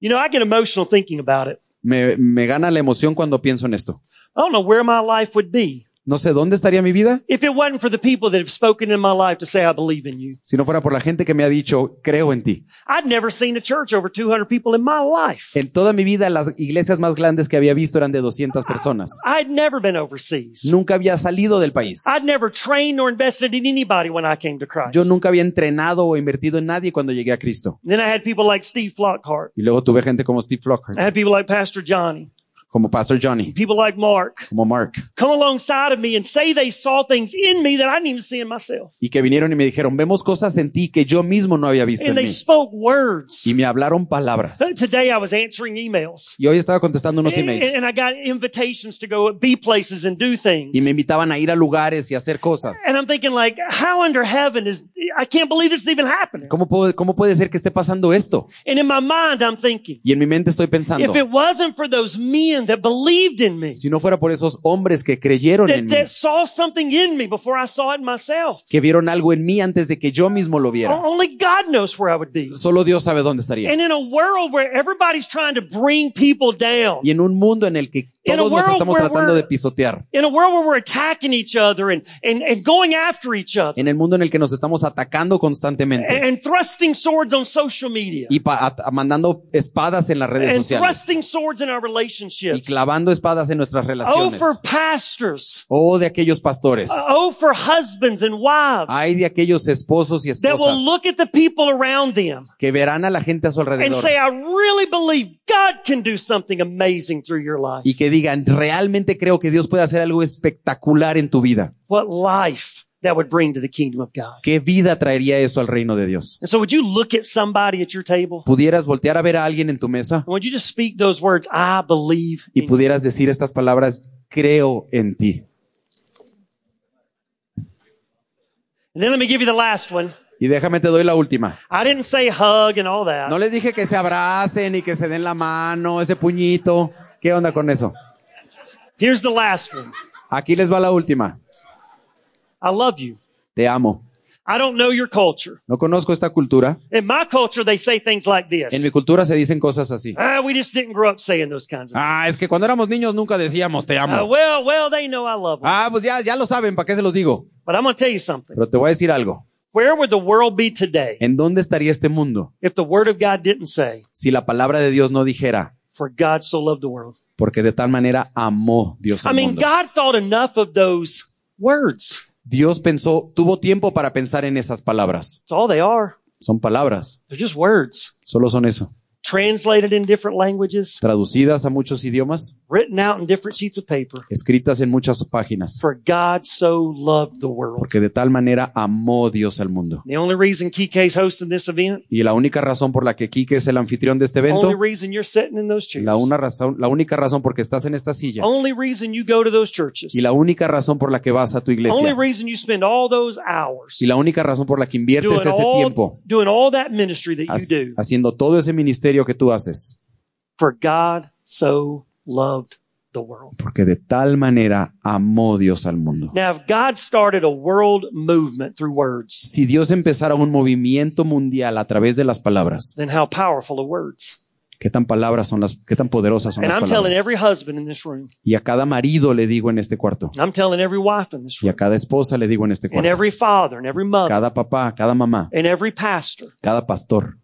Speaker 1: You know, I get emotional thinking about it.
Speaker 2: Me, me gana la emoción cuando pienso en esto.
Speaker 1: I don't know where my life would be
Speaker 2: No sé dónde estaría mi vida
Speaker 1: if it wasn't for the people that have spoken in my life to say, I believe in you.
Speaker 2: si no fuera por la gente que me ha dicho, creo en ti.
Speaker 1: I'd never seen a church over 200 people in my life.
Speaker 2: En toda mi vida las iglesias más grandes que había visto eran de 200 personas.
Speaker 1: I'd never been overseas.
Speaker 2: Nunca había salido del país.
Speaker 1: I'd never trained or invested in anybody when I came to Christ.
Speaker 2: Yo nunca había entrenado o invertido en nadie cuando llegué a Cristo.
Speaker 1: Then I had people like Steve Flockhart.
Speaker 2: Y luego tuve gente como Steve
Speaker 1: I
Speaker 2: Flockhart,
Speaker 1: had people like Pastor Johnny,
Speaker 2: como Pastor Johnny,
Speaker 1: people like Mark
Speaker 2: como Mark,
Speaker 1: come alongside of me and say they saw things in me that I didn't even see in myself.
Speaker 2: y que vinieron y me dijeron, vemos cosas en ti que yo mismo no había visto en
Speaker 1: And they
Speaker 2: mí.
Speaker 1: spoke words.
Speaker 2: Y me hablaron palabras.
Speaker 1: So Today I was answering emails.
Speaker 2: Y hoy estaba contestando unos
Speaker 1: And,
Speaker 2: emails.
Speaker 1: and I got invitations to go be places and do things.
Speaker 2: Y me invitaban a ir a lugares y a hacer cosas.
Speaker 1: And I'm thinking like, how under heaven is, I can't believe this is even happening.
Speaker 2: ¿Cómo, puedo- ¿Cómo puede ser que esté pasando esto?
Speaker 1: And in my mind, I'm thinking,
Speaker 2: Y en mi mente estoy pensando,
Speaker 1: if it wasn't for those men that believed in me,
Speaker 2: si no fuera por esos hombres que creyeron en
Speaker 1: that,
Speaker 2: mí,
Speaker 1: that saw something in me before I saw it myself,
Speaker 2: que vieron algo en mí antes de que yo mismo lo viera.
Speaker 1: only God knows where I would be.
Speaker 2: Solo Dios sabe dónde estaría.
Speaker 1: And in a world where everybody's trying to bring people down,
Speaker 2: Y en un mundo en el que
Speaker 1: In a
Speaker 2: todos nos
Speaker 1: world
Speaker 2: estamos
Speaker 1: where
Speaker 2: tratando
Speaker 1: we're-
Speaker 2: de pisotear,
Speaker 1: in a world where we're attacking each other and, and, and going after each other
Speaker 2: en el mundo en el que nos estamos atacando
Speaker 1: and,
Speaker 2: constantemente
Speaker 1: and thrusting swords on social media
Speaker 2: y pa- at- mandando espadas en las redes
Speaker 1: and
Speaker 2: sociales
Speaker 1: thrusting swords in our
Speaker 2: y
Speaker 1: relationships.
Speaker 2: clavando espadas en nuestras
Speaker 1: Oh,
Speaker 2: relaciones.
Speaker 1: for pastors.
Speaker 2: Oh, de aquellos pastores.
Speaker 1: Oh, for husbands and wives
Speaker 2: Hay de aquellos esposos y
Speaker 1: that will
Speaker 2: esposas
Speaker 1: look at the people around them
Speaker 2: que verán a la gente a su
Speaker 1: and
Speaker 2: alrededor
Speaker 1: say, I really believe God can do something amazing through your life.
Speaker 2: y que digan, realmente creo que Dios puede hacer algo espectacular en tu vida.
Speaker 1: What life that would bring to the kingdom of God.
Speaker 2: ¿Qué vida traería eso al reino de Dios?
Speaker 1: And so would you look at somebody at your table?
Speaker 2: ¿Pudieras voltear a ver a alguien en tu mesa
Speaker 1: And would you just speak those words? I believe.
Speaker 2: y
Speaker 1: in you.
Speaker 2: pudieras decir estas palabras, creo en ti?
Speaker 1: And then let me give you the last one.
Speaker 2: Y déjame te doy la última.
Speaker 1: I didn't say hug and all that.
Speaker 2: No les dije que se abracen y que se den la mano, ese puñito. ¿Qué onda con eso?
Speaker 1: Here's the last one.
Speaker 2: Aquí les va la última.
Speaker 1: I love you.
Speaker 2: Te amo.
Speaker 1: I don't know your culture.
Speaker 2: No conozco esta cultura.
Speaker 1: In my culture, they say things like
Speaker 2: En mi
Speaker 1: this.
Speaker 2: cultura se dicen cosas así.
Speaker 1: Ah, we just didn't grow up saying those kinds of things.
Speaker 2: Ah, es que cuando éramos niños nunca decíamos te
Speaker 1: Ah,
Speaker 2: amo.
Speaker 1: well, well, they know I love them.
Speaker 2: Ah, pues ya, ya lo saben, ¿para qué se los digo?
Speaker 1: But I'm going to tell you something.
Speaker 2: Pero te voy a decir algo.
Speaker 1: Where would the world be today
Speaker 2: ¿En dónde estaría este mundo
Speaker 1: if the word of God didn't say,
Speaker 2: si la palabra de Dios no dijera,
Speaker 1: for God so loved the world?
Speaker 2: porque de tal manera amó Dios
Speaker 1: I
Speaker 2: al
Speaker 1: mean,
Speaker 2: mundo?
Speaker 1: God thought enough of those words.
Speaker 2: Dios pensó, tuvo tiempo para pensar en esas palabras.
Speaker 1: That's all they are.
Speaker 2: Son palabras,
Speaker 1: They're just words
Speaker 2: solo son eso.
Speaker 1: translated in different languages,
Speaker 2: Traducidas a muchos idiomas,
Speaker 1: written out in different sheets of paper.
Speaker 2: escritas en muchas páginas,
Speaker 1: For God so loved the world.
Speaker 2: porque de tal manera amó Dios al mundo.
Speaker 1: The only reason Kike's hosting this event,
Speaker 2: Y la única razón por la que Quique es el anfitrión de este
Speaker 1: only
Speaker 2: evento,
Speaker 1: reason you're sitting in those chairs,
Speaker 2: la, una razón, la única razón por que estás en esta silla
Speaker 1: only reason you go to those churches,
Speaker 2: y la única razón por la que vas a tu
Speaker 1: only
Speaker 2: iglesia
Speaker 1: reason you spend all those hours
Speaker 2: y la única razón por la que inviertes
Speaker 1: doing,
Speaker 2: ese
Speaker 1: all,
Speaker 2: tiempo
Speaker 1: doing all that ministry that
Speaker 2: ha-
Speaker 1: you do.
Speaker 2: haciendo todo ese ministerio que tú haces,
Speaker 1: For God so loved the world.
Speaker 2: porque de tal manera amó Dios al mundo.
Speaker 1: Now, if God started a world movement through words,
Speaker 2: Si Dios empezara un movimiento mundial a través de las palabras,
Speaker 1: then how powerful are words?
Speaker 2: qué tan palabras son las, qué tan poderosas son
Speaker 1: And
Speaker 2: las
Speaker 1: I'm telling
Speaker 2: palabras.
Speaker 1: every husband in this room,
Speaker 2: Y a cada marido le digo en este cuarto,
Speaker 1: I'm telling every wife in this
Speaker 2: y a
Speaker 1: room,
Speaker 2: cada esposa le digo en este
Speaker 1: and
Speaker 2: cuarto,
Speaker 1: every father, and every mother,
Speaker 2: cada papá, cada mamá,
Speaker 1: and every pastor,
Speaker 2: cada pastor,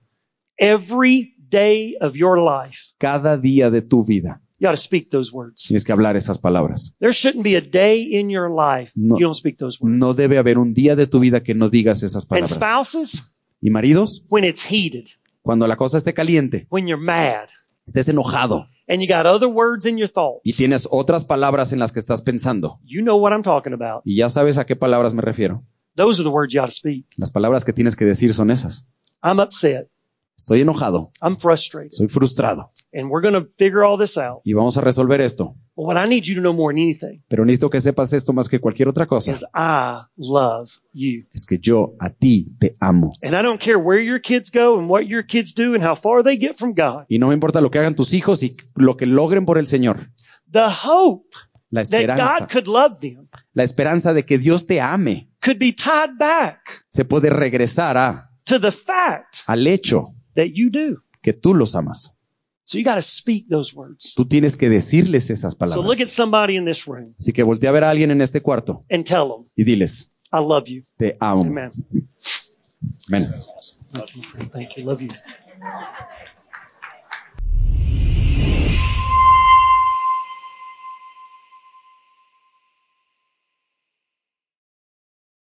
Speaker 1: every day of your life,
Speaker 2: cada día de tu vida
Speaker 1: you ought to speak those words.
Speaker 2: tienes que hablar esas palabras.
Speaker 1: There shouldn't be a day in your life
Speaker 2: No.
Speaker 1: you don't speak those words.
Speaker 2: No debe haber un día de tu vida que no digas esas
Speaker 1: and
Speaker 2: palabras.
Speaker 1: spouses,
Speaker 2: Y maridos,
Speaker 1: when it's heated,
Speaker 2: cuando la cosa esté caliente,
Speaker 1: when you're mad,
Speaker 2: estés enojado
Speaker 1: and you got other words in your
Speaker 2: y
Speaker 1: thoughts,
Speaker 2: tienes otras palabras en las que estás pensando,
Speaker 1: you know what I'm talking about.
Speaker 2: y ya sabes a qué palabras me refiero.
Speaker 1: Those are the words you ought to speak.
Speaker 2: Las palabras que tienes que decir son esas.
Speaker 1: I'm upset.
Speaker 2: Estoy enojado,
Speaker 1: I'm frustrated.
Speaker 2: soy frustrado
Speaker 1: And we're going to figure all this out.
Speaker 2: y vamos a resolver esto.
Speaker 1: But what I need you to know more than anything
Speaker 2: Pero necesito que sepas esto más que cualquier otra cosa.
Speaker 1: is I love you.
Speaker 2: Es que yo a ti te amo.
Speaker 1: And I don't care where your kids go and what your kids do and how far they get from God.
Speaker 2: Y no me importa lo que hagan tus hijos y lo que logren por el Señor.
Speaker 1: The hope
Speaker 2: La
Speaker 1: that God
Speaker 2: esperanza,
Speaker 1: could love them
Speaker 2: la esperanza de que Dios te ame
Speaker 1: could be tied back
Speaker 2: se puede regresar a,
Speaker 1: to the fact
Speaker 2: al hecho
Speaker 1: that you do.
Speaker 2: que tú los amas.
Speaker 1: So you got to speak those words.
Speaker 2: Tú tienes que decirles esas
Speaker 1: So look at
Speaker 2: palabras.
Speaker 1: somebody in this room
Speaker 2: Así que voltea a ver a alguien en este cuarto
Speaker 1: and tell them,
Speaker 2: y diles,
Speaker 1: I love you.
Speaker 2: te amo.
Speaker 1: Amen.
Speaker 2: Amén.
Speaker 1: Thank you. Love you.